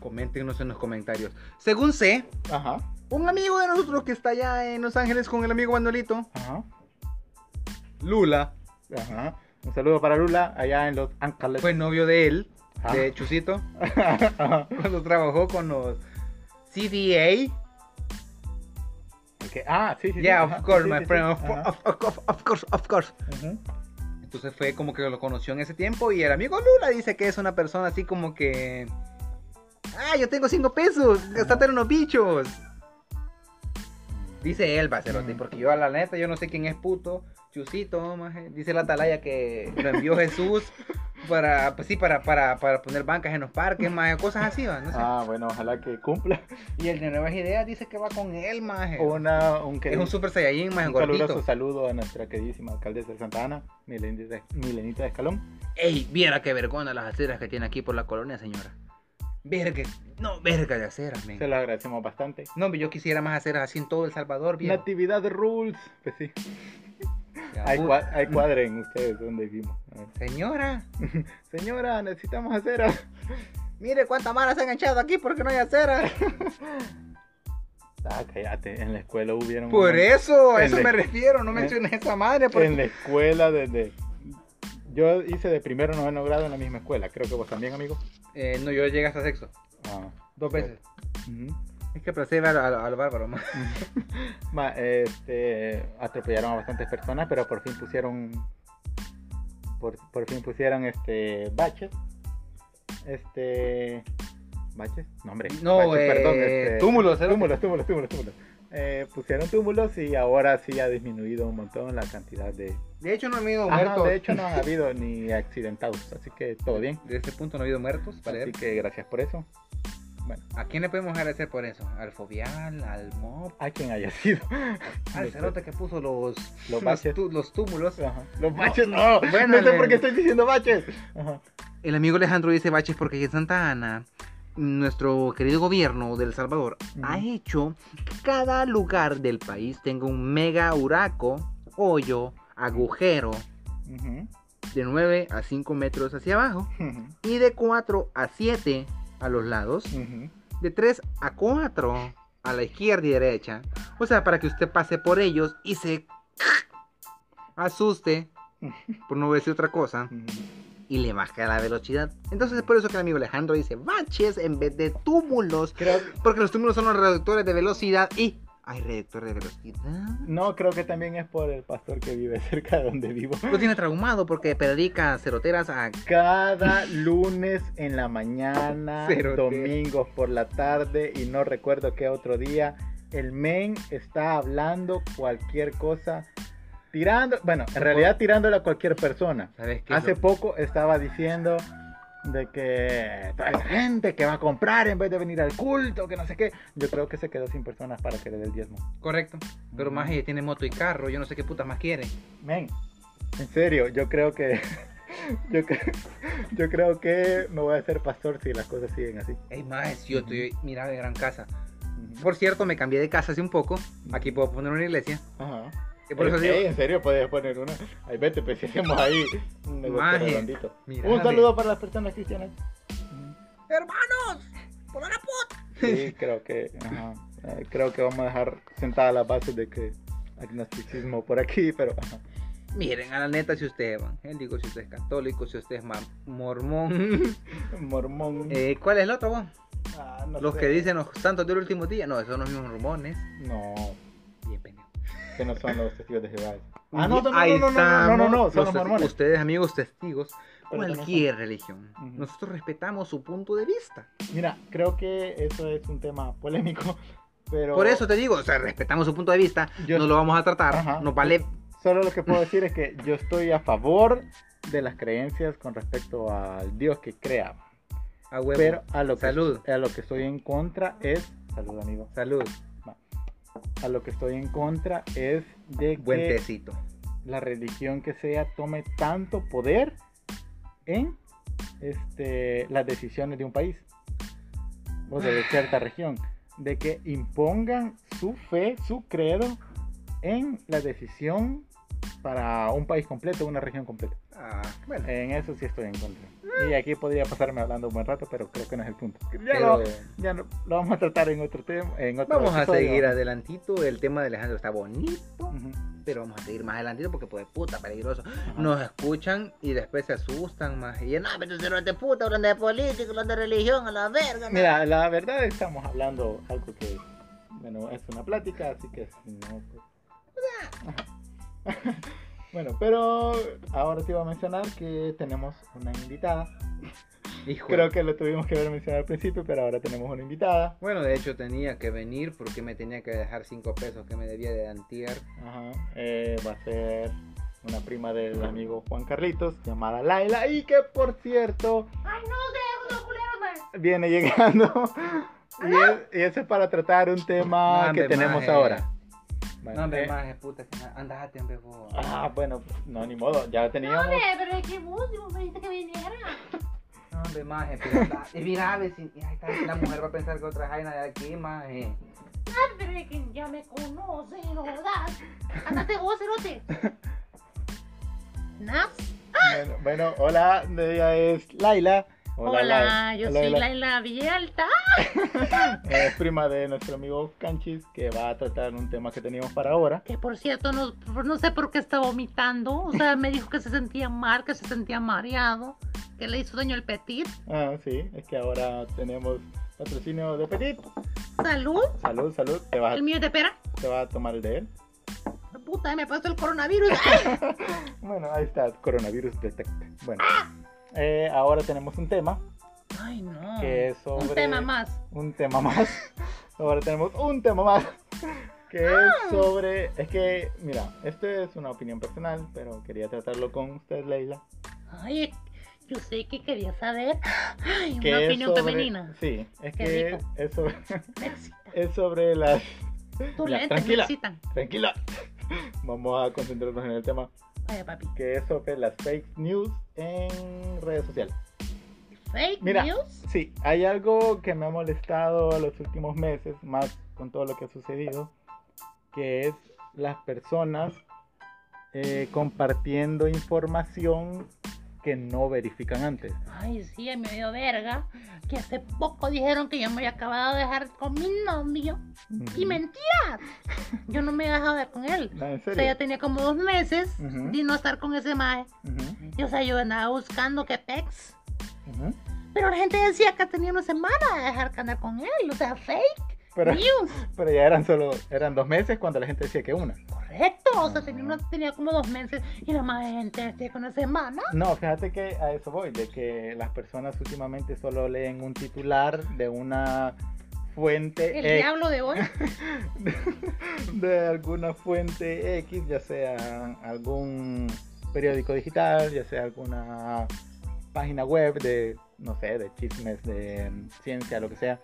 B: coméntenos en los comentarios. Según sé,
A: Ajá,
B: un amigo de nosotros que está allá en Los Ángeles con el amigo Manuelito,
A: ajá.
B: Lula,
A: Ajá. Un saludo para Lula, allá en Los Ángeles.
B: fue novio de él,
A: Ah.
B: de
A: <laughs>
B: Chusito,
A: Ajá.
B: cuando trabajó con los CDA.
A: Ok, Ah, sí, sí. sí,
B: Yeah,
A: ajá.
B: of course,
A: Sí,
B: my
A: sí,
B: friend.
A: sí.
B: Of,
A: Ajá.
B: of- of- of course, of course.
A: Ujú.
B: Entonces fue como que lo conoció en ese tiempo y el amigo Lula dice que es una persona así como que... Ah, yo tengo cinco pesos, gastate en unos bichos. Dice él, va
A: Mm.
B: porque yo a la neta, yo no sé quién es puto. Chusito, maje. dice la atalaya que lo envió Jesús para, pues sí, para, para, para poner bancas en los parques, maje, cosas así, va, no sé.
A: Ah, bueno, ojalá que
B: <laughs>
A: cumpla.
B: Y el de Nuevas Ideas dice que va con él, maje.
A: Una, un,
B: es un super saiyajin, maje,
A: Oh, un caluroso
B: gordito.
A: saludo a nuestra queridísima alcaldesa de Santa Ana, Milenita, Milenita de Escalón.
B: Ey, viera qué vergona las aceras que tiene aquí por la colonia, señora. Verga, no, verga de aceras, men.
A: Se lo agradecemos bastante.
B: No, hombre, yo quisiera más aceras así en todo El Salvador, bien.
A: Natividad Rules. Pues sí. Hay, cua- hay cuadren ustedes donde vimos. A ver.
B: Señora,
A: Señora, necesitamos
B: <laughs>
A: acera.
B: mire cuánta mara se ha enganchado aquí porque no hay
A: <laughs>
B: aceras.
A: Ah, cállate. En la escuela hubieron.
B: Por
A: un-
B: eso, a
A: En
B: eso
A: la-
B: me refiero, no
A: en-
B: menciones esa <laughs> madre. Porque...
A: en la escuela desde yo hice de primero a noveno grado en la misma escuela creo que vos también amigo
B: Eh, no, yo llegué hasta sexo,
A: Ah,
B: dos veces.
A: ujú.
B: Es que aplacé al, al, al bárbaro, ma.
A: Ma, este atropellaron a bastantes personas pero por fin pusieron por, por fin pusieron este baches este baches no hombre
B: No,
A: baches,
B: eh,
A: perdón este,
B: túmulos, ¿eh?
A: túmulos túmulos túmulos túmulos Eh, pusieron túmulos y ahora sí ha disminuido un montón la cantidad de
B: De hecho, no ha habido
A: Ajá,
B: muertos.
A: de hecho no ha habido ni accidentados así que todo bien
B: De este punto no ha habido muertos, para
A: Así
B: él.
A: que gracias por eso. Bueno,
B: ¿A quién le podemos agradecer por eso? ¿Al fobial, al mob,
A: a quien haya <laughs> sido.
B: al cerote que puso los,
A: Los baches.
B: tú- los túmulos?
A: Ajá. Los baches no.
B: Bueno,
A: no sé
B: le-
A: por qué estoy diciendo baches. Ajá.
B: El amigo Alejandro dice baches porque aquí en Santa Ana, nuestro querido gobierno de El Salvador
A: Ujú.
B: ha hecho que cada lugar del país tenga un mega huraco, hoyo, agujero
A: Ujú.
B: de 9 a 5 metros hacia abajo
A: Ujú.
B: y de 4 a 7 a los lados,
A: Ujú.
B: de 3 a 4 a la izquierda y derecha. O sea, para que usted pase por ellos y se <laughs> asuste, por no decir otra cosa
A: Ujú.
B: y le baja la velocidad. Entonces es por eso que el amigo Alejandro dice baches en vez de túmulos,
A: Creo,
B: porque los túmulos son los reductores de velocidad y hay reductor de velocidad.
A: no, creo que también es por el pastor que vive cerca de donde vivo.
B: Lo tiene traumado porque predica ceroteras a
A: Cada lunes en la mañana,
B: Cero
A: domingos por la tarde y no recuerdo qué otro día, el men está hablando cualquier cosa, tirando, bueno, en realidad tirándole a cualquier persona.
B: ¿Sabes qué?
A: Hace
B: Lo-
A: poco estaba diciendo de que toda la gente que va a comprar en vez de venir al culto, que no sé qué, yo creo que se quedó sin personas para que le dé el diezmo.
B: Correcto. Pero más ella tiene moto y carro, yo no sé qué putas más quiere.
A: Men, en serio, yo creo que. <laughs> Yo, cre- yo creo que me voy a hacer pastor si las cosas siguen así.
B: Es más, yo estoy, mira, de gran casa.
A: Ujú.
B: Por cierto, me cambié de casa hace un poco. Aquí puedo poner una iglesia.
A: Ajá.
B: Y por eso
A: Ey,
B: digo,
A: en serio, puedes poner una. Ahí vete, pues si hacemos ahí un negocio
B: Maje,
A: redondito.
B: mira,
A: Un saludo para las personas cristianas.
B: hermanos, por la puta.
A: Sí, creo que. ajá. Eh, Creo que vamos a dejar sentada la base de que agnosticismo por aquí, pero. ajá.
B: Miren, a la neta, si usted es evangélico, si usted es católico, si usted es ma- mormón, <laughs>
A: Mormón.
B: Eh, ¿Cuál es el otro, vos?
A: ah, no
B: Los
A: sé.
B: que dicen los santos del último día. No, esos son los mismos rumones.
A: No,
B: Bien, pendejo.
A: que no son los testigos de Jehová. Ah,
B: Ahí
A: no, no, no, no,
B: estamos,
A: son los
B: testi-
A: mormones.
B: Ustedes, amigos testigos,
A: Pero no son.
B: cualquier religión.
A: Ujú.
B: Nosotros respetamos su punto de vista.
A: Mira, creo que eso es un tema polémico, pero...
B: Por eso te digo, o sea, respetamos su punto de vista.
A: Yo-
B: No lo vamos a tratar.
A: Ajá.
B: Nos vale.
A: Solo lo que puedo decir es que yo estoy a favor de las creencias con respecto al Dios que crea.
B: A huevo.
A: Pero a lo que,
B: Salud.
A: a lo que estoy en contra es... Salud, amigo.
B: Salud.
A: A lo que estoy en contra es de
B: Buen
A: que
B: tecito.
A: la religión que sea tome tanto poder en este, las decisiones de un país o de cierta región, de que impongan su fe, su credo en la decisión para un país completo, una región completa.
B: Ah, bueno.
A: En eso sí estoy en contra. Y aquí podría pasarme hablando un buen rato, pero creo que no es el punto. Ya,
B: pero
A: lo, ya lo- lo vamos a tratar en otro tema. En otro
B: vamos a
A: episodio.
B: seguir adelantito. El tema de Alejandro está bonito.
A: Ujú,
B: Pero vamos a seguir más adelantito porque, pues, puta, peligroso.
A: ajá.
B: nos escuchan y después se asustan más. Y no, pero tú eres de puta, hablan de política, hablan de religión, a la verga. no".
A: Mira, la verdad estamos hablando algo que, bueno, es una plática, así que si no, pues- Ajá. <laughs> bueno, pero ahora te iba a mencionar que tenemos una invitada.
B: Hijo.
A: Creo que lo tuvimos que haber mencionado al principio, pero ahora tenemos una invitada.
B: Bueno, de hecho tenía que venir porque me tenía que dejar cinco pesos que me debía de antier.
A: Ajá. Eh, va a ser una prima del amigo Juan Carlitos, llamada Laila, y que por cierto
C: Ay, no, de uno culero, man.
A: viene llegando. Y, es, y eso es para tratar un tema
B: No,
A: que
B: hombre,
A: tenemos
B: maje.
A: ahora. Bueno,
B: No, hombre,
A: eh,
B: más, puta, que na- andate, hombre, vos.
A: Ah, bueno, no, ni modo, ya teníamos.
C: Hombre, pero es que vos, vos me dijiste que viniera.
B: No, hombre, más, pero anda- <laughs> y mira, a ver si y ahí está, la mujer va a pensar que otra jaina de aquí, más.
C: Ay, pero es que ya me conoces, no jodas. Andate vos, cerote. ¿Nas?
A: Bueno, bueno, hola, ella es Laila.
C: Hola,
A: Laila.
C: yo
A: Hola,
C: soy
A: Laila.
C: Laila Villalta.
A: Eh, Es prima de nuestro amigo Canchis, que va a tratar un tema que teníamos para ahora.
C: Que por cierto, no, no sé por qué está vomitando. O sea, me dijo que se sentía mal, que se sentía mareado, que le hizo daño el petit.
A: Ah, sí, es que ahora tenemos patrocinio de Petit.
C: Salud,
A: Salud, salud. Te vas,
C: el mío es de pera.
A: te vas a tomar el de él.
C: Puta, me pasó el coronavirus. ¡Ay!
A: Bueno, ahí está, coronavirus detect. Bueno, eh, ahora tenemos un tema
B: Ay, no.
A: que es sobre.
C: Un tema más.
A: un tema más. <laughs> Ahora tenemos un tema más. <laughs> Que
C: Ah.
A: es sobre. Es que, mira, esto es una opinión personal, pero quería tratarlo con usted, Leila.
C: Ay, yo sé que quería saber. Ay,
A: Que
C: una
A: es
C: opinión
A: sobre-
C: femenina.
A: Sí, es
C: Qué
A: que
C: rico.
A: es sobre, <laughs>
C: Me excitan.
A: es sobre las.
C: Tus
A: Ya,
C: lentes
A: tranquila.
C: me excitan.
A: Tranquila. <laughs> Vamos a concentrarnos en el tema.
C: Vaya, papi.
A: Que es sobre las fake news en redes sociales.
C: Fake
A: Mira,
C: news.
A: Sí, hay algo que me ha molestado los últimos meses, más con todo lo que ha sucedido, que es las personas eh, compartiendo información que no verifican antes.
C: Ay, sí, a mí me dio verga. Que hace poco dijeron que yo me había acabado de dejar con mi novio. Y mentiras. Yo no me he dejado de con él.
A: No, ¿En
C: O
A: serio?
C: sea, ya tenía como dos meses
A: Ujú.
C: de no estar con ese maje.
A: Ujú,
C: Y, o sea, yo andaba buscando que pex.
A: ujú.
C: Pero la gente decía que tenía una semana de dejar que andar con él. O sea, fake
A: Pero,
C: news.
A: pero ya eran solo, eran dos meses cuando la gente decía que una.
C: Correcto. O
A: Ah.
C: sea, tenía, una- tenía como dos meses. Y la este, más gente decía que una semana.
A: No, fíjate que a eso voy, de que las personas últimamente solo leen un titular de una fuente
C: El
A: X.
C: diablo de hoy.
A: de alguna fuente X, ya sea algún periódico digital, ya sea alguna página web de, no sé, de chismes, de ciencia, lo que sea.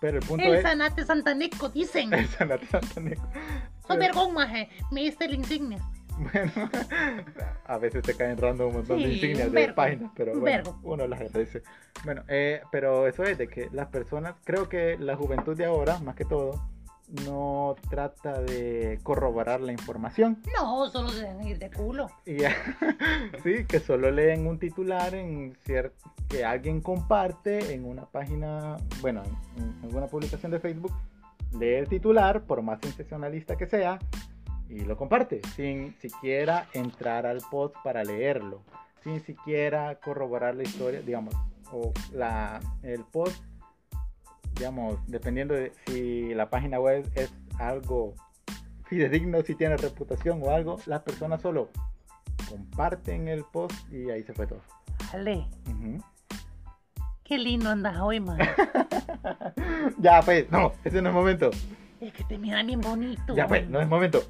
A: Pero el <laughs> punto
C: El
A: es... Eh,
C: Sanate Santanico, dicen.
A: <laughs> El sanatorio. eh.
C: Soy vergón, maje. Me diste el insignia.
A: Bueno, <laughs> a veces te caen random un montón de
C: Sí,
A: insignias
C: un
A: de
C: vergo,
A: páginas, pero
C: un
A: bueno,
C: vergo.
A: uno las agradece. Bueno, eh, pero eso es de que las personas, creo que la juventud de ahora, más que todo, no trata de corroborar la información.
C: No, solo se dejan ir de culo.
A: <laughs> Y ya- sí, que solo leen un titular en cier- que alguien comparte en una página, bueno, en- en alguna publicación de Facebook, lee el titular, por más sensacionalista que sea, y lo comparte, sin siquiera entrar al post para leerlo, sin siquiera corroborar la historia, digamos, o la, el post, digamos, dependiendo de si la página web es algo fidedigno, si tiene reputación o algo, las personas solo comparten el post y ahí se fue todo.
C: Dale. Qué lindo andas
A: <laughs>
C: hoy, maje.
A: ya, pues, no, ese no es momento.
C: Es que te miran bien bonito.
A: Ya, pues, no es Ah, momento.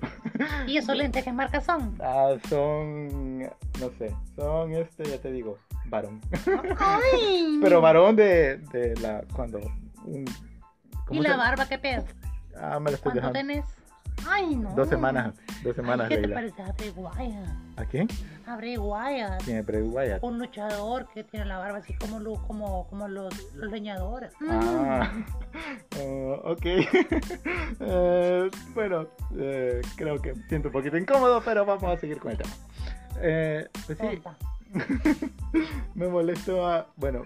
C: ¿Y esos lentes qué marca son?
A: Ah, son, no sé, son este, ya te digo, varón.
C: <laughs> ¡Ay!
A: Pero varón de, de la, cuando... un-
C: ¿Y
A: ¿cómo
C: la
A: se-
C: barba
A: <laughs>
C: qué pedo?
A: Ah, me la estoy
C: ¿Cuánto
A: dejando.
C: tenés? ¡Ay, no!
A: Dos semanas, dos semanas,
C: Ay, ¿Qué te
A: Leila.
C: parece? Abre Guaya.
A: ¿A quién?
C: Abre Guaya.
A: Siempre, Guaya.
C: Un luchador que tiene la barba así como los, como, como los, los leñadores. Mm.
A: Ah, <laughs> eh, ok. <laughs> Eh, bueno, eh, creo que me siento un poquito incómodo, pero vamos a seguir con el tema. Eh, pues sí,
C: Tonta.
A: me molesto a. Bueno,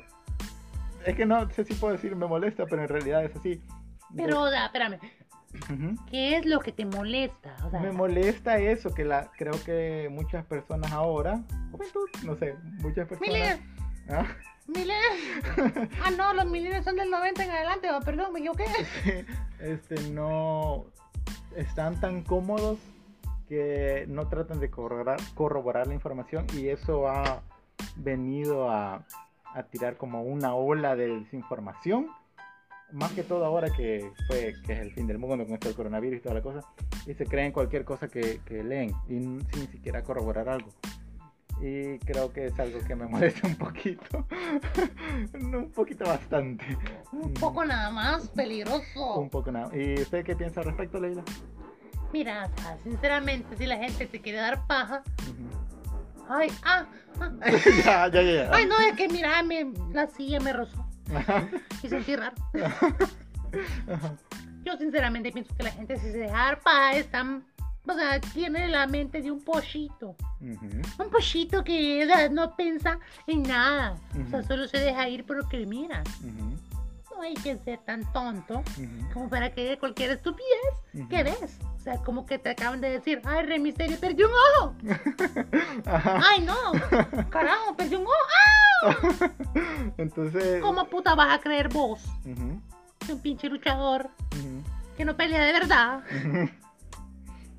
A: es que no sé si puedo decir me molesta, pero en realidad es así.
C: Pero, o sea, espérame,
A: Ujú.
C: ¿qué es lo que te molesta? O sea,
A: Me molesta eso, que la, creo que muchas personas ahora, juventud, no sé, muchas personas.
C: Millennials,
A: Ah,
C: millennials. Ah, no, los millennials son del 90 en adelante. oh, perdón, me equivoqué.
A: este, no están tan cómodos que no tratan de corroborar, corroborar la información y eso ha venido a, a tirar como una ola de desinformación. Más que todo ahora que, fue, que es el fin del mundo con esto del coronavirus y toda la cosa, y se creen cualquier cosa que, que leen y n- sin siquiera corroborar algo. Y creo que es algo que me <laughs> molesta un poquito, <laughs> No, un poquito bastante.
C: Un poco nada más peligroso.
A: Un poco nada. ¿Y usted qué piensa al respecto, Leila? <laughs>
C: Mira, o sea, sinceramente, si la gente te quiere dar paja, ay, ah, ah,
A: ya, ya, ya. ya.
C: ay, no, es que mira, me, la silla me rozó y sentí raro. Yo sinceramente pienso que la gente si se deja dar paja están, o sea, tiene la mente de un pollito.
A: <laughs> Ujú.
C: Un pollito que o sea, no piensa en nada. O sea,
A: Ujú.
C: solo se deja ir por lo que mira.
A: Ujú.
C: No hay que ser tan tonto
A: Ujú.
C: como para creer cualquier estupidez
A: Ujú.
C: que ves. O sea, como que te acaban de decir, ay, Rey Misterio, perdí un ojo.
A: Ajá.
C: Ay, no. Carajo, perdí un ojo. Ah,
A: Entonces.
C: ¿Cómo puta vas a creer vos?
A: Ujú.
C: que Un pinche luchador
A: Ujú.
C: que no pelea de verdad.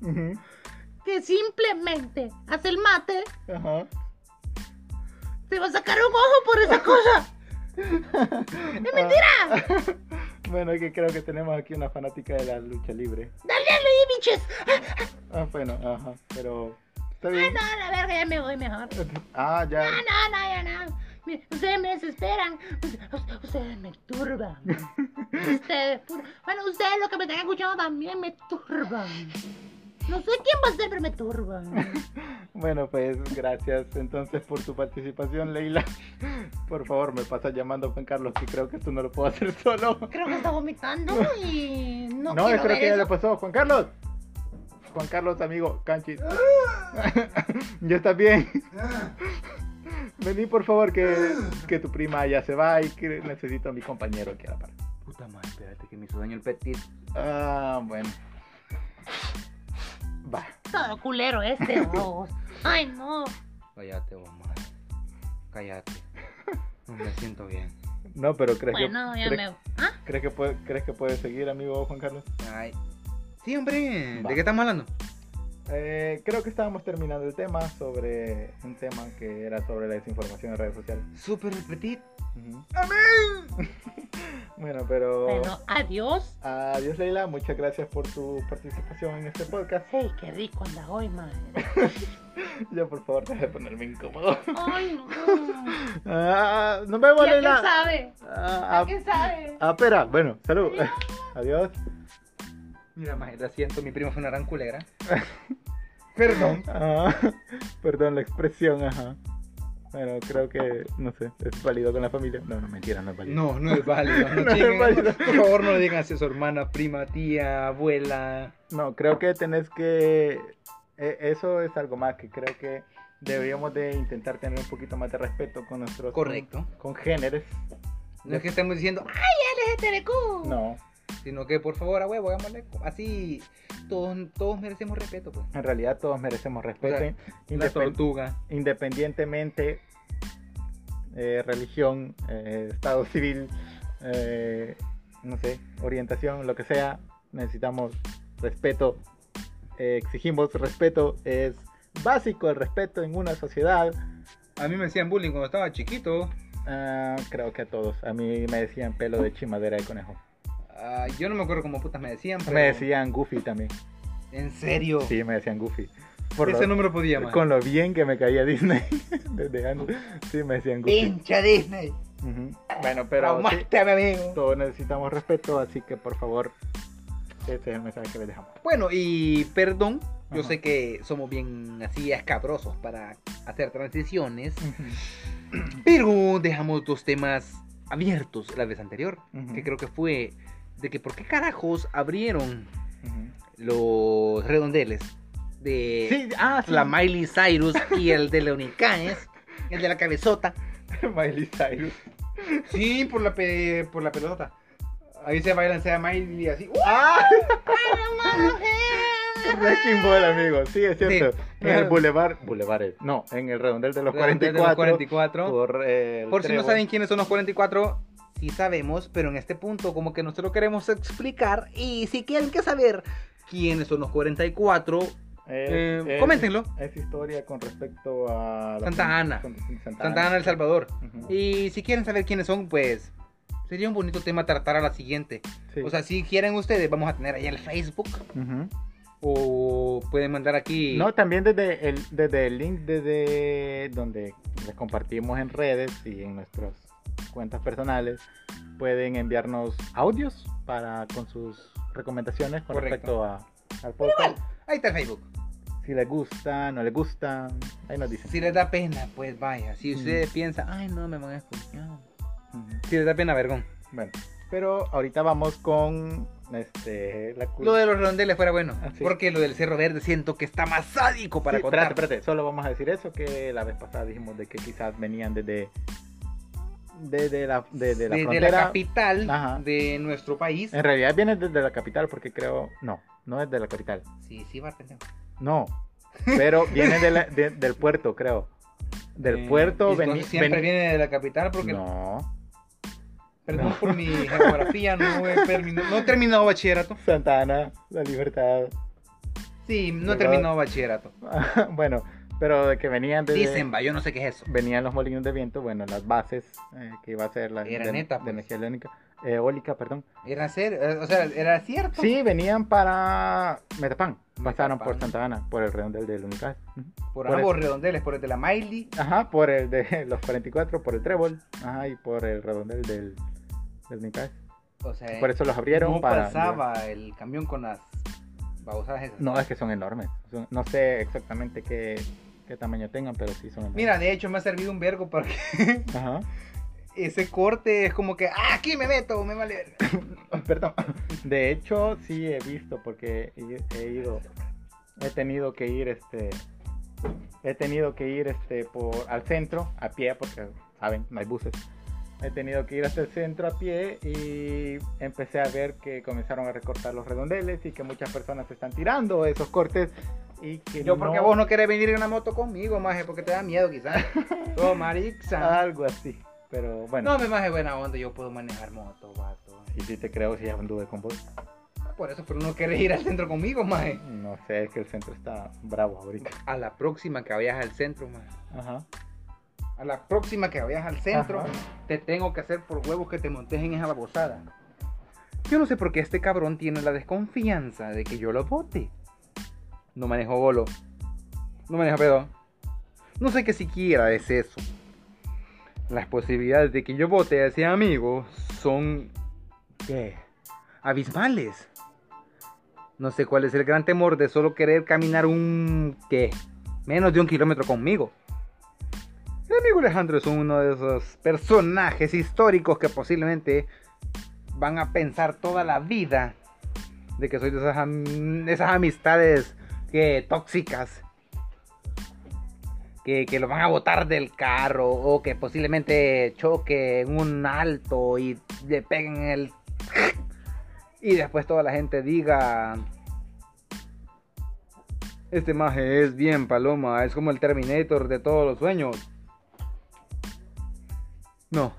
A: Ujú. Ujú.
C: Que simplemente hace el mate.
A: Ajá.
C: Te va a sacar un ojo por esa cosa.
A: ¡Es mentira! Ah. <laughs> bueno, que creo que tenemos aquí una fanática de la lucha libre.
C: <laughs> Dale a Luis, biches.
A: Ah, bueno, ajá. Pero. Está
C: Ay,
A: bien.
C: no, la verga, ya me voy mejor.
A: Ah, ya.
C: No, no, no, no, no. Mi- Ustedes me desesperan. Ustedes, ustedes me <laughs> turban. Ustedes, pur- bueno, ustedes lo que me están escuchando también me turban. No sé quién va a ser, pero me turba.
A: Bueno, pues gracias entonces por tu participación, Leila. <laughs> Por favor, me pasa llamando a Juan Carlos, que creo que esto no lo puedo hacer <laughs> solo.
C: Creo que está vomitando y no,
A: No,
C: quiero
A: creo
C: ver
A: que ya
C: eso.
A: le pasó. Juan Carlos. Juan Carlos, amigo, Canchi. <laughs> ya está bien. <laughs> Vení, por favor, que, que tu prima ya se va y que necesito a mi compañero aquí a la par.
B: Puta madre, espérate que me hizo daño el petit.
A: Ah, bueno. Va.
C: Todo culero este, vos. Ay, no.
B: Cállate, vos, madre. Cállate. No me siento bien.
A: No, pero crees
C: Bueno,
A: que.
C: ya
A: crees-
C: me... ¿Ah?
A: ¿Crees que, puede, ¿Crees que puede seguir, amigo Juan Carlos?
B: Ay. Sí, hombre.
A: Va.
B: ¿De qué estamos hablando?
A: Eh, creo que estábamos terminando el tema sobre un tema que era sobre la desinformación en redes sociales.
B: Super el petit.
A: Ujú. <laughs> bueno, pero...
C: Bueno, adiós.
A: Adiós Leila, muchas gracias por tu participación en este podcast.
C: Hey, qué rico anda hoy, madre.
A: Yo por favor deja de ponerme incómodo.
C: Ay, <laughs> no.
A: <laughs> Ah, nos vemos
C: ¿Ya quién
A: Leila.
C: sabe?
A: Ah,
C: ¿Ya quién sabe?
A: ah, espera, bueno, salud. <laughs> Adiós.
B: Mira, maje, lo siento, mi prima fue una gran culera. Perdón.
A: <laughs> Ah, perdón la expresión, ajá. Bueno, creo que, no sé, es válido con la familia. No, no, mentira, no es válido.
B: No, no es válido. No,
A: <laughs> No es
B: chinguen.
A: válido.
B: Por favor, no le digan así a su hermana, prima, tía, abuela.
A: No, creo que tenés que... e- Eso es algo más que creo que deberíamos de intentar tener un poquito más de respeto con nuestros
B: Correcto.
A: congéneres.
B: No es que estemos diciendo, "Ah",
C: LGTBQ.
A: No,
B: sino que por favor, a huevo, hagámosle co- así. Todos, todos merecemos respeto, pues.
A: en realidad todos merecemos respeto,
B: O sea, La
A: independ-
B: tortuga.
A: independientemente eh, religión, eh, estado civil, eh, no sé, orientación, lo que sea, necesitamos respeto, eh, exigimos respeto, es básico el respeto en una sociedad.
B: A mí me hacían bullying cuando estaba chiquito.
A: Ah, creo que a todos, a mí me decían pelo de chimadera de conejo,
B: Ah, yo no me acuerdo cómo putas me decían, pero...
A: me decían Goofy también,
B: ¿En serio?
A: sí, me decían Goofy. Por
B: Ese
A: lo-
B: no me lo podía más.
A: Con lo bien que me caía Disney <laughs> desde antes. Sí, me decían Goofy.
B: Pincha Disney.
A: Ujú. Bueno, pero sí,
B: Traumaste a mi amigo.
A: todos necesitamos respeto, así que por favor, ese es el mensaje que les dejamos.
B: Bueno, y perdón, yo
A: Ajá.
B: sé que somos bien así escabrosos para hacer transiciones, pero dejamos dos temas abiertos la vez anterior,
A: Ujú.
B: que creo que fue de que por qué carajos abrieron
A: Ujú.
B: los redondeles de
A: Sí, ah, sí.
B: Eh, la Miley Cyrus y el de Leonicaes, el de la cabezota.
A: <laughs> Miley Cyrus.
B: Sí, por la, pe- por la pelota. Ahí se bailan, se Miley y así. ¡uh!
A: ¡Ah!
C: Vamos, eh.
A: Wrecking Ball, amigo. Sí, es cierto.
B: Sí.
A: En el Boulevard. Boulevard, eh, no, en el redondel de los 44.
B: Los 44.
A: Por, eh, el
B: Por si no
A: trébol.
B: saben quiénes son los 44, sí sabemos, pero en este punto como que nosotros queremos explicar y si quieren que saber quiénes son los 44,
A: Es-
B: eh,
A: es-
B: coméntenlo.
A: Es historia con respecto a. la-
B: Santa Ana.
A: con- Santa,
B: Santa Ana El Salvador.
A: Ujú.
B: Y si quieren saber quiénes son, pues sería un bonito tema tratar a la siguiente.
A: Sí.
B: O sea, si quieren ustedes, vamos a tener ahí el Facebook
A: Ujú.
B: o pueden mandar aquí.
A: No, también desde el, desde el link desde donde les compartimos en redes y en nuestras cuentas personales pueden enviarnos audios para con sus recomendaciones con
B: Correcto.
A: respecto a, al podcast.
B: Ahí está el Facebook.
A: Si les gusta, no les gusta, ahí nos dicen.
B: Si les da pena, pues vaya. Si
A: Mm.
B: ustedes piensan, ay no, me van a escuchar.
A: Ujú.
B: Si les da pena, vergón.
A: Bueno, pero ahorita vamos con este la cu-
B: Lo de los redondeles fuera bueno.
A: Ah, sí.
B: Porque lo del Cerro Verde siento que está más sádico para
A: Sí,
B: contar.
A: espérate, espérate, solo vamos a decir eso que la vez pasada dijimos de que quizás venían desde desde la desde la
B: Desde
A: frontera
B: la capital
A: Ajá. Eh.
B: de nuestro país.
A: En realidad viene desde la capital porque creo... No, no es de la capital.
B: Sí, sí, va, pendejo.
A: No.
B: <laughs>
A: Pero viene de la- de- del puerto, creo. Del
B: Eh,
A: puerto
B: entonces
A: veni-
B: Siempre
A: veni-
B: viene de la capital porque.
A: No.
B: Perdón
A: No.
B: por mi geografía,
A: <laughs>
B: no he terminado, no he terminado bachillerato.
A: Santa Ana, la libertad. <laughs>
B: Sí, no he
A: ¿Verdad?
B: terminado bachillerato.
A: bueno, pero de que venían desde...
B: Dicen, va, yo no sé qué es eso.
A: Venían los molinos de viento, bueno, las bases eh, que iba a ser la
B: Era
A: de,
B: neta,
A: de
B: pues.
A: energía eólica, eh, eólica, perdón.
B: Era ser, eh, o sea, era cierto.
A: Sí, venían para Metapán. Pasaron por
B: Metapán.
A: Santa Ana, por el redondel del Unical.
B: por,
A: por
B: ambos redondeles, por el de la Miley.
A: Ajá, por el de <laughs> los 44, por el trébol, ajá, y por el redondel del, del Nicaes.
B: O sea,
A: Por eso los abrieron
B: no
A: para.
B: pasaba el camión con las babosadas esas.
A: No, es que son enormes. Son- no sé exactamente qué, qué tamaño tengan, pero sí son enormes.
B: Mira, de hecho me ha servido un vergo porque
A: Ajá.
B: ese corte es como que, ah, aquí me meto, me vale. verga".
A: <laughs> Perdón. De hecho, sí he visto porque he- he ido, he tenido que ir, este, he tenido que ir, este, por al centro a pie porque saben, no hay buses. He tenido que ir hasta el centro a pie y empecé a ver que comenzaron a recortar los redondeles y que muchas personas se están tirando esos cortes y que
B: Yo porque vos no querés venir en una moto conmigo, maje, porque te da miedo <laughs> quizás. Todo marixa.
A: algo así. Pero bueno,
B: No me maje buena onda, yo puedo manejar moto, vato.
A: y si te creo si ya anduve con vos.
B: Por eso, pero no querés ir al centro conmigo, maje.
A: No sé, es que el centro está bravo ahorita.
B: A la próxima que vayas al centro, maje.
A: Ajá.
B: A la próxima que vayas al centro,
A: Ajá.
B: te tengo que hacer por huevos que te montes en esa babosada. Yo no sé por qué este cabrón tiene la desconfianza de que yo lo vote. No manejo bolo. No manejo pedo. No sé qué siquiera es eso. Las posibilidades de que yo vote a ese amigo son
A: ¿Qué?
B: abismales. No sé cuál es el gran temor de solo querer caminar un... ¿qué? Menos de un kilómetro conmigo. El amigo Alejandro es uno de esos personajes históricos que posiblemente van a pensar toda la vida de que soy de esas, am- de esas amistades que tóxicas. Que, que lo van a botar del carro o que posiblemente choque en un alto y le peguen el <laughs> y después toda la gente diga... Este maje es bien paloma, es como el Terminator de todos los sueños. No.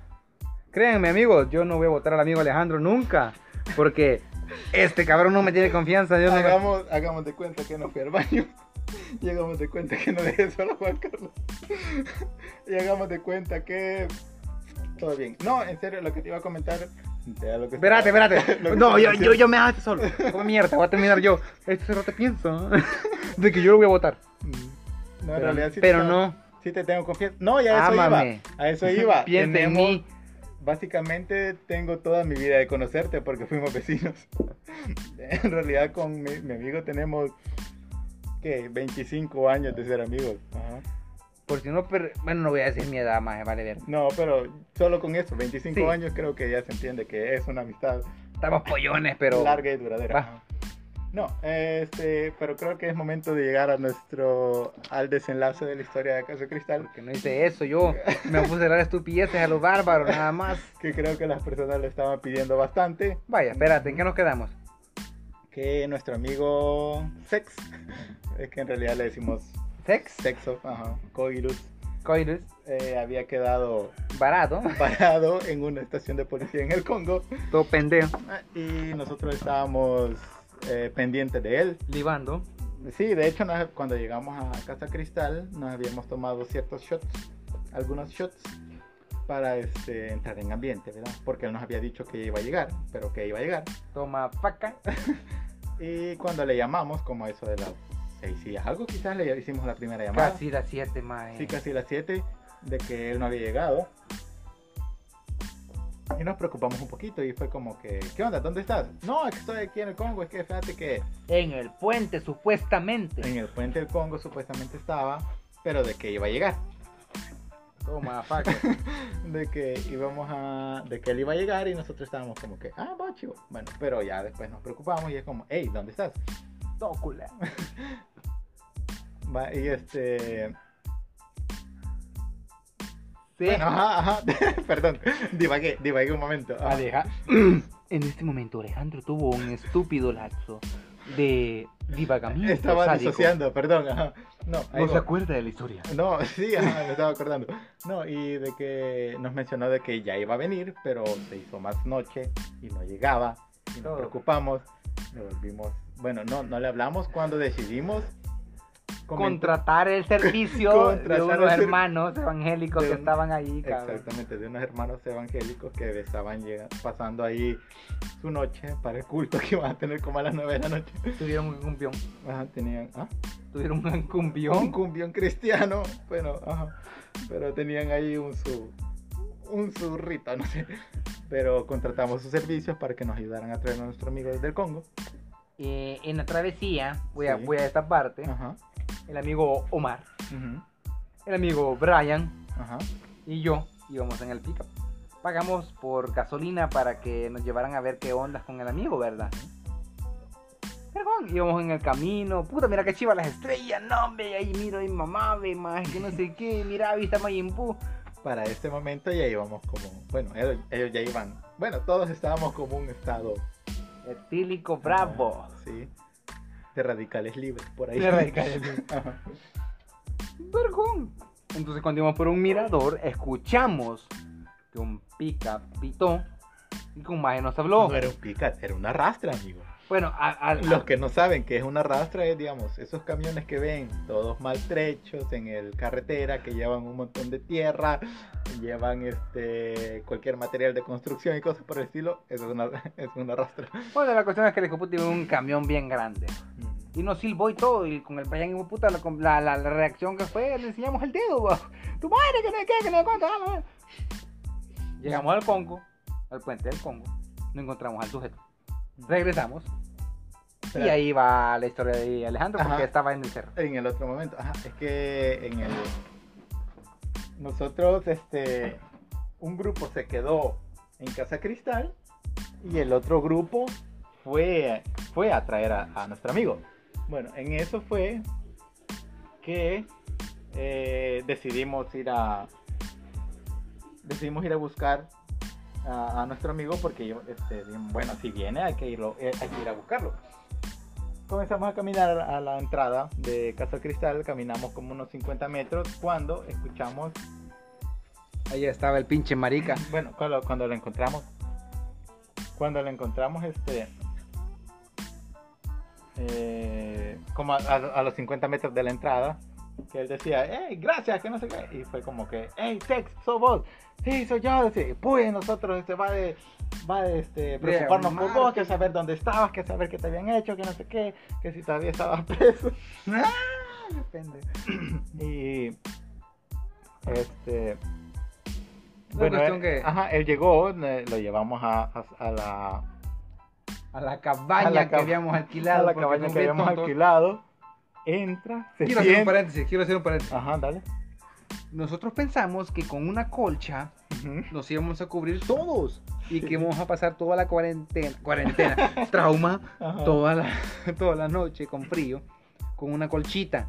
B: Créanme amigos, yo no voy a votar al amigo Alejandro nunca. Porque este cabrón no me tiene confianza.
A: Ah,
B: Yo no-
A: Hagamos, hagamos de cuenta que no fui al baño. <laughs> Y hagamos de cuenta que no dejé solo a Juan Carlos. <laughs> Y hagamos de cuenta que todo bien. No, en serio, lo que te iba a comentar. era lo que
B: Espérate,
A: estaba-
B: espérate.
A: <laughs> lo que
B: No,
A: estaba
B: yo, yo,
A: diciendo.
B: yo me dejaste solo. Como mierda, voy a terminar yo. Este rato pienso <laughs> de que yo lo voy a votar.
A: Mm. No, en
B: Pero,
A: realidad sí
B: pero
A: te,
B: no,
A: Sí te tengo confianza. No, ya a eso
B: Ámame.
A: iba. A eso iba.
B: <laughs> piensa en
A: Tenemos-
B: mí.
A: Básicamente tengo toda mi vida de conocerte porque fuimos vecinos. <laughs> En realidad con mi, mi amigo tenemos que 25 años de ser amigos. Ajá.
B: Por si no, per- bueno, no voy a decir mi edad, maje, vale ver.
A: No, pero solo con eso, 25
B: Sí.
A: años creo que ya se entiende que es una amistad
B: Estamos pollones, pero.
A: larga y duradera.
B: Va.
A: No, este, pero creo que es momento de llegar a nuestro al desenlace de la historia de Casa Cristal,
B: Porque no hice eso, yo me puse a hablar estupideces a los bárbaros, nada más.
A: que creo que las personas lo estaban pidiendo bastante,
B: Vaya, espérate, ¿en qué nos quedamos?
A: que nuestro amigo Sex, <laughs> es que en realidad le decimos
B: Sex,
A: sexo, ajá, coirus,
B: coitus,
A: eh, había quedado <laughs>
B: barato,
A: parado en una estación de policía en el Congo
B: todo pendejo,
A: y nosotros estábamos eh, pendientes de él.
B: libando.
A: Sí, de hecho nos- cuando llegamos a Casa Cristal nos habíamos tomado ciertos shots, algunos shots para este, entrar en ambiente, ¿verdad? Porque él nos había dicho que iba a llegar, pero que iba a llegar.
B: Toma faca.
A: Y cuando le llamamos, como eso de las seis y algo, quizás le hicimos la primera llamada.
B: Casi las 7, maje.
A: Sí, casi las 7 de que él no había llegado. Y nos preocupamos un poquito y fue como que, ¿qué onda? ¿Dónde estás? No, es que estoy aquí en el Congo, es que fíjate que
B: En el puente, supuestamente.
A: en el puente del Congo supuestamente estaba, pero de que iba a llegar,
B: Toma faca. <laughs>
A: de que íbamos a, de que él iba a llegar y nosotros estábamos como que, ah, va chivo. Bueno, pero ya después nos preocupamos y es como, hey, ¿dónde estás?
B: Tócula.
A: Va, y este,
B: Sí.
A: bueno, ajá, ajá, <laughs> perdón, divagué, divagué un momento. Ajá.
B: Aleja- <clears throat> En este momento Alejandro tuvo un estúpido lapso de divagamiento.
A: Estaba
B: sádico.
A: disociando, perdón. ajá. No, ahí
B: No se
A: voy.
B: acuerda de la historia.
A: No, sí, ajá, me estaba acordando. No, y de que nos mencionó de que ya iba a venir, pero se hizo más noche y no llegaba. Y nos
B: Todo.
A: preocupamos, nos volvimos. Bueno, no, no le hablamos cuando decidimos comentar- <laughs>
B: contratar el servicio
A: Contratar
B: de unos
A: el ser-
B: hermanos evangélicos
A: de
B: que
A: un-
B: estaban ahí, cabrón.
A: Exactamente, de unos hermanos evangélicos que estaban llega- pasando ahí su noche para el culto que iban a tener como a las 9 de la noche.
B: Tuvieron un cumbión.
A: Ajá, tenían. ¿ah?
B: Tuvieron un
A: Un
B: cumbión.
A: cumbión cristiano, bueno, ajá, pero tenían ahí un su un su rito, no sé. Pero contratamos sus servicios para que nos ayudaran a traer a nuestro amigo desde el Congo.
B: eh, en la travesía, voy a,
A: Sí. Ah.
B: voy a esta parte,
A: Ajá.
B: el amigo Omar,
A: ujú,
B: el amigo Brian
A: Ajá.
B: y yo íbamos en el pickup. Pagamos por gasolina para que nos llevaran a ver qué onda con el amigo, ¿verdad? Vergón, íbamos en el camino, puta, mira qué chiva las estrellas, no, hombre, ahí miro a mi mamá, ve, más que no sé qué, mira, ahí está Majin Buu.
A: Para este momento ya íbamos como. Bueno, ellos, ellos ya iban. Bueno, todos estábamos como un estado.
B: Etílico bravo.
A: Sí. De radicales libres por ahí.
B: De radicales libres.
A: <laughs> Ajá.
B: Vergón. Entonces cuando íbamos por un mirador, escuchamos que un pica pitó y que un maje nos habló.
A: No era un picat, era una rastra, amigo.
B: Bueno, a- a- a-
A: Los que no saben que es una rastra es, digamos, esos camiones que ven todos maltrechos en el carretera, que llevan un montón de tierra, llevan este cualquier material de construcción y cosas por el estilo, eso es una, <laughs> es una rastra.
B: bueno, la cuestión es que el hijoputa iba en un camión bien grande. Y nos silbó y todo, y con el Brian hijoputa, la, com- la, la- la reacción que fue, le enseñamos el dedo, guau. Tu madre, que no sé qué, que no sé cuánto, ah, no, no. Llegamos al Congo, al puente del Congo, no encontramos al sujeto. Regresamos. Y
A: Espera.
B: ahí va la historia de Alejandro, porque
A: Ajá.
B: estaba en el cerro.
A: En el otro momento, ajá, es que en el... Nosotros, este, un grupo se quedó en Casa Cristal y el otro grupo fue, fue a traer a, a nuestro amigo. Bueno, en eso fue que eh, decidimos ir a decidimos ir a buscar a, a nuestro amigo porque yo, este, dije, bueno, si viene hay que, irlo, eh, hay que ir a buscarlo. Comenzamos a caminar a la entrada de Casa Cristal, caminamos como unos 50 metros cuando escuchamos,
B: Ahí estaba el pinche <laughs> marica.
A: bueno, cuando, cuando lo encontramos, cuando lo encontramos, este, eh, como a, a- a los 50 metros de la entrada, que él decía, hey, gracias, que no sé qué, y fue como que, hey, Tex, sos vos, sí, soy yo, sí, pues nosotros, este, va de, va de, este, preocuparnos por vos, que saber dónde estabas, que saber qué te habían hecho, que no sé qué, que si todavía estabas <laughs> preso. Y este
B: La cuestión
A: él,
B: que-
A: ajá, él llegó, le- lo llevamos a, a, a la,
B: A la cabaña
A: A la
B: que
A: cab-
B: habíamos
A: a
B: alquilado.
A: la
B: porque
A: cabaña
B: son
A: que
B: bien
A: habíamos
B: tontos.
A: alquilado. Entra, se
B: Quiero hacer un
A: sienta.
B: paréntesis, quiero hacer un paréntesis.
A: Ajá, dale.
B: Nosotros pensamos que con una colcha
A: Ujú.
B: nos íbamos a cubrir todos y que íbamos a pasar toda la cuarentena,
A: <laughs>
B: cuarentena, trauma,
A: Ajá.
B: toda la, toda la noche con frío, con una colchita.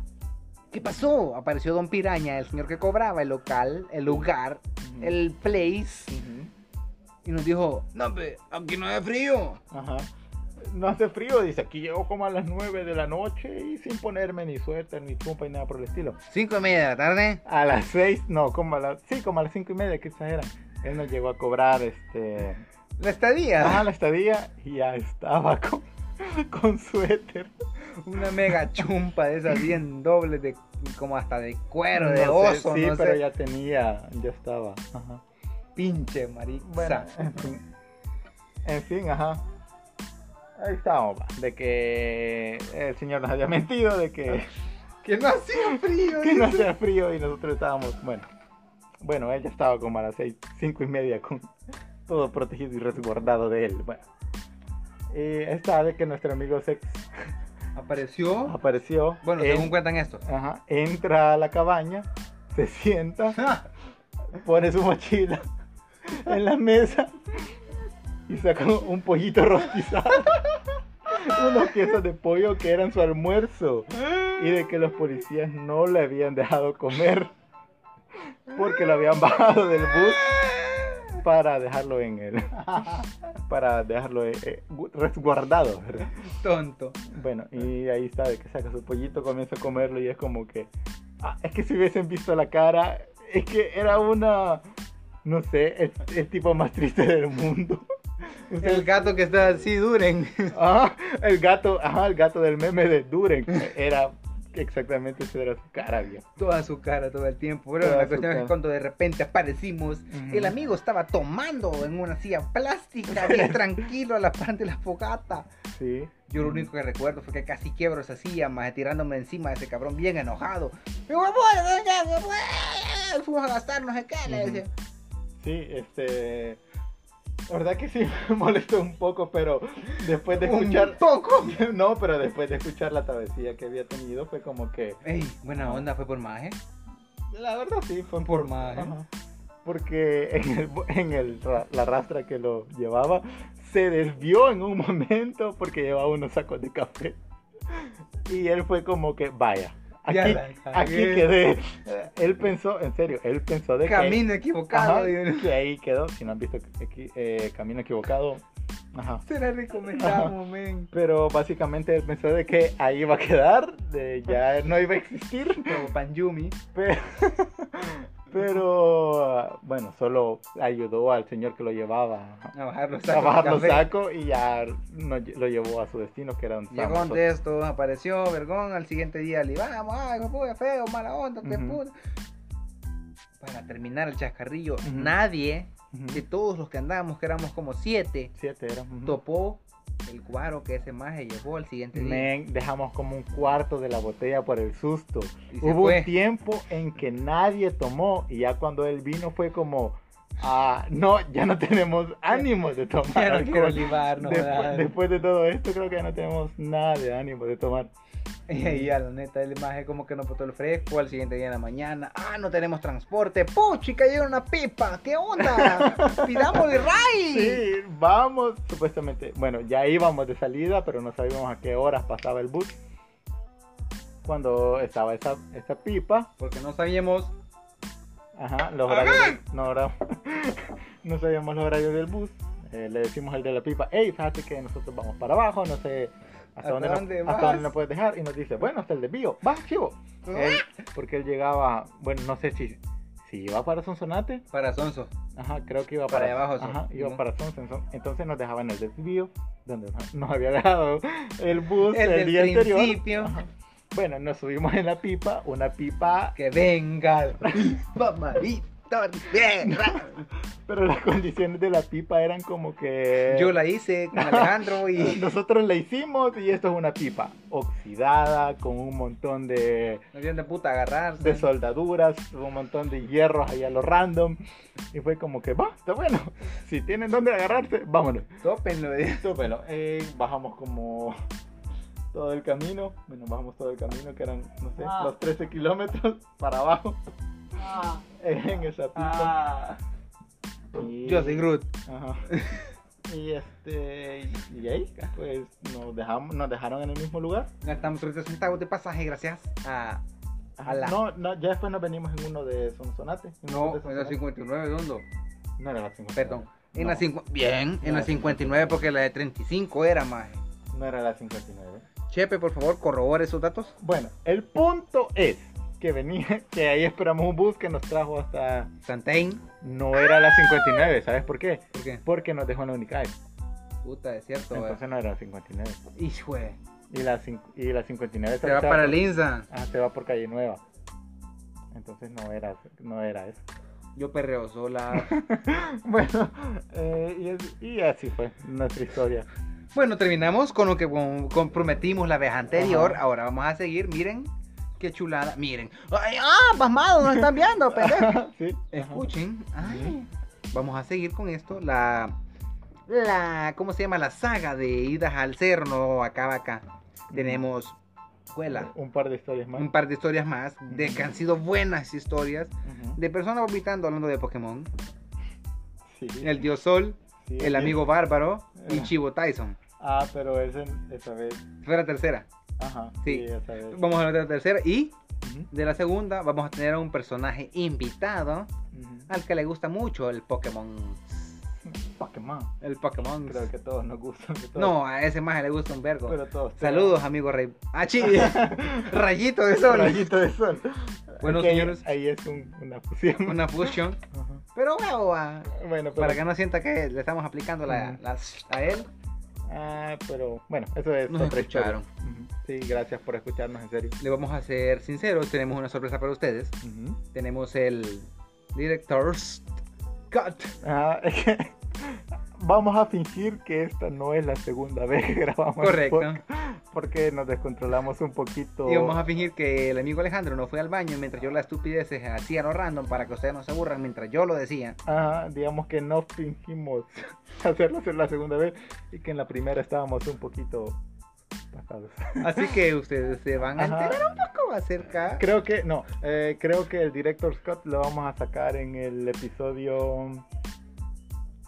B: ¿Qué pasó? Apareció Don Piraña, el señor que cobraba el local, el lugar,
A: Ujú.
B: el place,
A: Ujú.
B: y nos dijo, no, hombre, aquí no hay frío.
A: Ajá. No hace frío, dice. Aquí llego como a las 9 de la noche y sin ponerme ni suéter, ni chumpa, ni nada por el estilo.
B: Cinco y media de la tarde.
A: A las 6, no, como a las, sí, como a las 5 y media, que exageran. Él nos llegó a cobrar este.
B: La estadía.
A: Ajá, la estadía y ya estaba con, con suéter.
B: Una mega chumpa de esas bien dobles de como hasta de cuero, de
A: No sé,
B: oso,
A: sí,
B: no
A: pero
B: sé.
A: ya tenía, ya estaba. Ajá.
B: Pinche marica.
A: Bueno, en fin. En fin, ajá. Ahí estábamos, va, de que el señor nos había <laughs> mentido, de que,
B: que no hacía frío.
A: que no hacía frío y nosotros estábamos, bueno, bueno, él ya estaba como a las seis, cinco y media con todo protegido y resguardado de él, bueno. Y esta vez que nuestro amigo Sex
B: Apareció.
A: apareció,
B: Bueno,
A: él-
B: según cuentan esto. <laughs>
A: Ajá, entra a la cabaña, se sienta,
B: Ah,
A: pone su mochila en la mesa y saca un pollito rostizado. <laughs> Unas piezas de pollo que eran su almuerzo y de que los policías no le habían dejado comer porque lo habían bajado del bus para dejarlo en el <laughs> para dejarlo eh, eh, gu- resguardado, ¿verdad?
B: Tonto.
A: Bueno, y ahí está, de que saca su pollito, comienza a comerlo y es como que... ah, es que si hubiesen visto la cara, es que era una... No sé, el, el tipo más triste del mundo. <laughs> Ustedes-
B: El gato que está así, duren.
A: Ajá, el gato, ajá, el gato del meme de Duren. Era exactamente esa era su cara, viejo.
B: <laughs> Toda su cara todo el tiempo. Bueno,
A: Toda
B: la
A: su
B: cuestión es que
A: cara.
B: cuando de repente aparecimos,
A: Ujú.
B: el amigo estaba tomando en una silla
A: <laughs>
B: plástica, bien tranquilo a la parte de la fogata.
A: Sí.
B: Yo lo único que recuerdo fue que casi quiebro esa silla, más tirándome encima de ese cabrón bien enojado. Me voy, me voy, me voy, Fuimos a gastar no sé qué, le
A: Ujú.
B: decía.
A: Sí, este... La verdad que sí <laughs> me molestó un poco, pero después de escuchar.
B: Un poco.
A: <laughs> No, pero después de escuchar la travesía que había tenido, fue como que.
B: Ey, buena onda, fue por maje.
A: La verdad sí, fue un
B: Por ¿eh? maje.
A: Ajá. Porque en, el, en el ra- la rastra que lo llevaba, se desvió en un momento porque llevaba unos sacos de café. Y él fue como que, vaya,
B: Ya
A: aquí,
B: la cagué.
A: aquí quedé. Eh, Él pensó, en serio, él pensó de que...
B: Camino equivocado.
A: Ajá,
B: <laughs> y-
A: que ahí quedó, si no han visto equi- eh, Camino Equivocado. Ajá.
B: Se la recomendamos, men.
A: Pero básicamente él pensó de que ahí iba a quedar, de ya no iba a existir.
B: Como Panjumi.
A: Pero, <laughs> pero, ah, bueno, solo ayudó al señor que lo llevaba
B: A bajar los
A: a
B: sacos.
A: bajar los
B: café.
A: sacos y ya no lle- lo llevó a su destino, que era un
B: Llegó
A: Samsung.
B: donde esto, apareció Vergón, al siguiente día le vamos, ay, hijo de puta, feo, mala onda, qué
A: Ujú.
B: puta. Para terminar el chascarrillo,
A: Ujú.
B: nadie
A: Ujú.
B: de todos los que andábamos, que éramos como siete,
A: Siete era. ujú.
B: topó el cuaro que ese maje llevó al siguiente día.
A: Men, dejamos como un cuarto de la botella por el susto.
B: Y se
A: Hubo
B: fue.
A: un tiempo en que nadie tomó y ya cuando él vino fue como, ah, no, ya no
B: <laughs>
A: tenemos ánimos de tomar.
B: <laughs> Ya no quiero
A: alcohol".
B: libar, no
A: Despu-
B: jodas.
A: después de todo esto creo que ya no tenemos nada de ánimo de tomar.
B: <laughs> Y ahí, a la neta, el maje como que no botó el fresco al siguiente día en la mañana. Ah, no tenemos transporte. Puchica, llega una pipa. ¿Qué <laughs> onda? Pidamos de ray.
A: Sí, vamos, supuestamente. Bueno, ya íbamos de salida, pero no sabíamos a qué horas pasaba el bus. Cuando estaba esa, esa pipa,
B: Porque no sabíamos.
A: ajá, los horarios. del- no, hora- <laughs> no sabíamos los horarios del bus. Eh, le decimos al de la pipa, hey, fíjate que nosotros vamos para abajo, no sé hasta,
B: ¿Hasta
A: dónde, nos-
B: dónde
A: hasta
B: vas? ¿Ah?
A: dónde nos puedes dejar. Y nos dice, bueno, hasta el desvío, va, chivo. Él- porque él llegaba, bueno, no sé si, si iba para Sonsonate
B: Para Sonso.
A: Ajá, creo que iba
B: Para
A: para,
B: abajo, sí.
A: Ajá, iba
B: Ujú.
A: para Thompson, son- Entonces nos dejaban el desvío, donde nos había dejado el bus
B: El
A: el,
B: del
A: día anterior.
B: principio.
A: Ajá. Bueno, nos subimos en la pipa, una pipa,
B: Que venga el <laughs> pipa, marito, tierra.
A: pero las <laughs> condiciones de la pipa eran como que
B: <laughs> Yo la hice con Alejandro <laughs> y
A: nosotros la hicimos y esto es una pipa oxidada con un montón de,
B: no dieron de puta agarrarse.
A: de soldaduras, un montón de hierros ahí a lo random y fue como que va, está bueno, si tienen dónde agarrarse, vámonos.
B: Tópenlo. eh.
A: Listo, bueno, eh, bajamos como todo el camino, bueno, bajamos todo el camino, que eran, no sé,
B: Ah.
A: los 13 kilómetros para abajo <laughs>
C: Ah.
A: en esa pipa.
B: Ah.
A: Y-
B: Yo soy Groot.
A: Ajá. <laughs> Y este, y ahí, pues nos, dejamos, nos dejaron en el mismo lugar.
B: Gastamos 30 centavos de pasaje gracias a...
A: Ajá.
B: Ala.
A: No, no, ya después nos venimos en uno de Sonsonate. en
B: No,
A: de
B: en la
A: Sonsonate.
B: 59, ¿dónde?
A: No era la 59.
B: Perdón. En la
A: No,
B: cincu- Bien, en
A: No,
B: la
A: no.
B: 59 porque la de 35 era más.
A: No era la 59.
B: Chepe, por favor, corrobora esos datos.
A: Bueno, el punto es que venía, que ahí esperamos un bus que nos trajo hasta
B: Santain.
A: No era la 59, ¿sabes por qué?
B: ¿Por qué?
A: Porque nos dejó en la Unicae.
B: Puta, es cierto. eh.
A: Entonces no era la 59.
B: Hijo, eh.
A: Y la, cinc- y la 59
B: se va
A: se
B: para
A: por-
B: Linza.
A: Ah, se va por calle nueva. Entonces no era, no era eso.
B: Yo perreo sola.
A: <laughs> Bueno, eh, y, es- y así fue nuestra historia.
B: <laughs>
A: <laughs>
B: Bueno, terminamos con lo que com- comprometimos la vez anterior.
A: Ajá.
B: Ahora vamos a seguir. Miren, qué chulada. Miren. Ay, ¡Ah! Pasmado, nos están viendo, pendejo.
A: ¿Sí? ajá.
B: Escuchen. Ay. Vamos a seguir con esto. La. La. ¿Cómo se llama? La saga de idas al cerro. No acaba acá. Tenemos. Escuela.
A: Un par de historias más.
B: Un par de historias más. De que han sido buenas historias.
A: Ujú.
B: De personas vomitando hablando de Pokémon.
A: Sí,
B: El Dios Sol.
A: sí,
B: El
A: sí.
B: amigo Bárbaro. Y
A: Ajá.
B: Chivo Tyson.
A: Ah, pero ese, esa vez.
B: Fue la tercera.
A: Ajá. Sí,
B: Sí.
A: esa vez.
B: Vamos a hablar de la tercera. Y
A: Ujú,
B: de la segunda vamos a tener a un personaje invitado
A: ujú.
B: al que le gusta mucho el Pokémon.
A: Pokémon.
B: El Pokémon.
A: Creo que todos nos gustan. que todos-
B: No, a ese más le gusta un vergo.
A: Pero todos.
B: Saludos, amigo Rey.
A: <laughs>
B: ¡Ah, chi! Rayito de sol.
A: Rayito de sol.
B: Bueno,
A: Que ahí-
B: señores.
A: Ahí es un- una fusión.
B: Una fusion.
A: Ajá.
B: Pero huevo, ah,
A: Bueno, pero,
B: para que no sienta que le estamos aplicando la, la- a él.
A: Ah, pero bueno, eso es
B: Nos
A: otra historia.
B: escucharon.
A: Ujú. Sí, gracias por escucharnos, en serio.
B: Le vamos a ser sinceros, tenemos una sorpresa para ustedes.
A: Ujú.
B: Tenemos el Director's Cut.
A: Ah, <laughs> es que vamos a fingir que esta no es la segunda <laughs> vez que grabamos. el
B: Correcto.
A: podcast. porque nos descontrolamos un poquito.
B: Y vamos a fingir que el amigo Alejandro no fue al baño mientras yo las estupideces hacía lo random para que ustedes no se aburran mientras yo lo decía.
A: Ajá, digamos que no fingimos <laughs> hacerlo hacer la segunda vez y que en la primera estábamos un poquito pasados.
B: Así
A: <laughs>
B: que ustedes se van a
A: Ajá.
B: enterar un poco acerca.
A: Creo que, no, eh, creo que el director Scott lo vamos a sacar en el episodio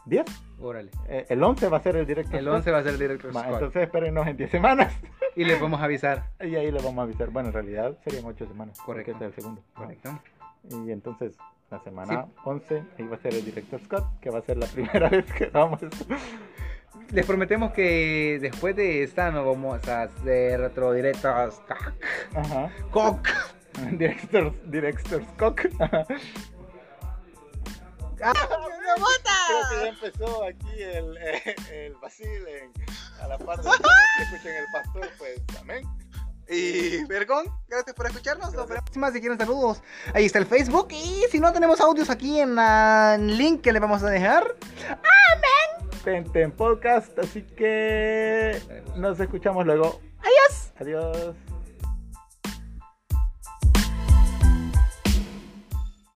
A: 10.
B: Órale.
A: Eh, el 11 va a ser el director
B: El
A: Scott.
B: 11 va a ser el director
A: Ma,
B: Scott.
A: entonces espérenos en 10 semanas <laughs>
B: Y les vamos a avisar.
A: y ahí le vamos a avisar. Bueno, en realidad serían 8 semanas. Porque
B: Correcto.
A: este es el segundo.
B: Correcto.
A: Y entonces, la semana 11, ahí va a ser el director Scott, que va a ser la primera <laughs> vez que vamos.
B: Les prometemos que después de esta no vamos a hacer otro directo. <laughs>
A: Ajá.
B: Cock.
A: Director, director Scott. <laughs> Ajá.
B: Ah,
A: Creo que ya empezó aquí el, eh, el vacil en- a la
B: <laughs>
A: parte de que escuchen el pastor, pues amén.
B: Y Vergón, gracias por escucharnos. Nos vemos. Más si quieren saludos, ahí está el Facebook. Y si no tenemos audios aquí en el link que le vamos a dejar.
A: Tenten Podcast, así que nos escuchamos luego.
B: Adiós.
A: Adiós.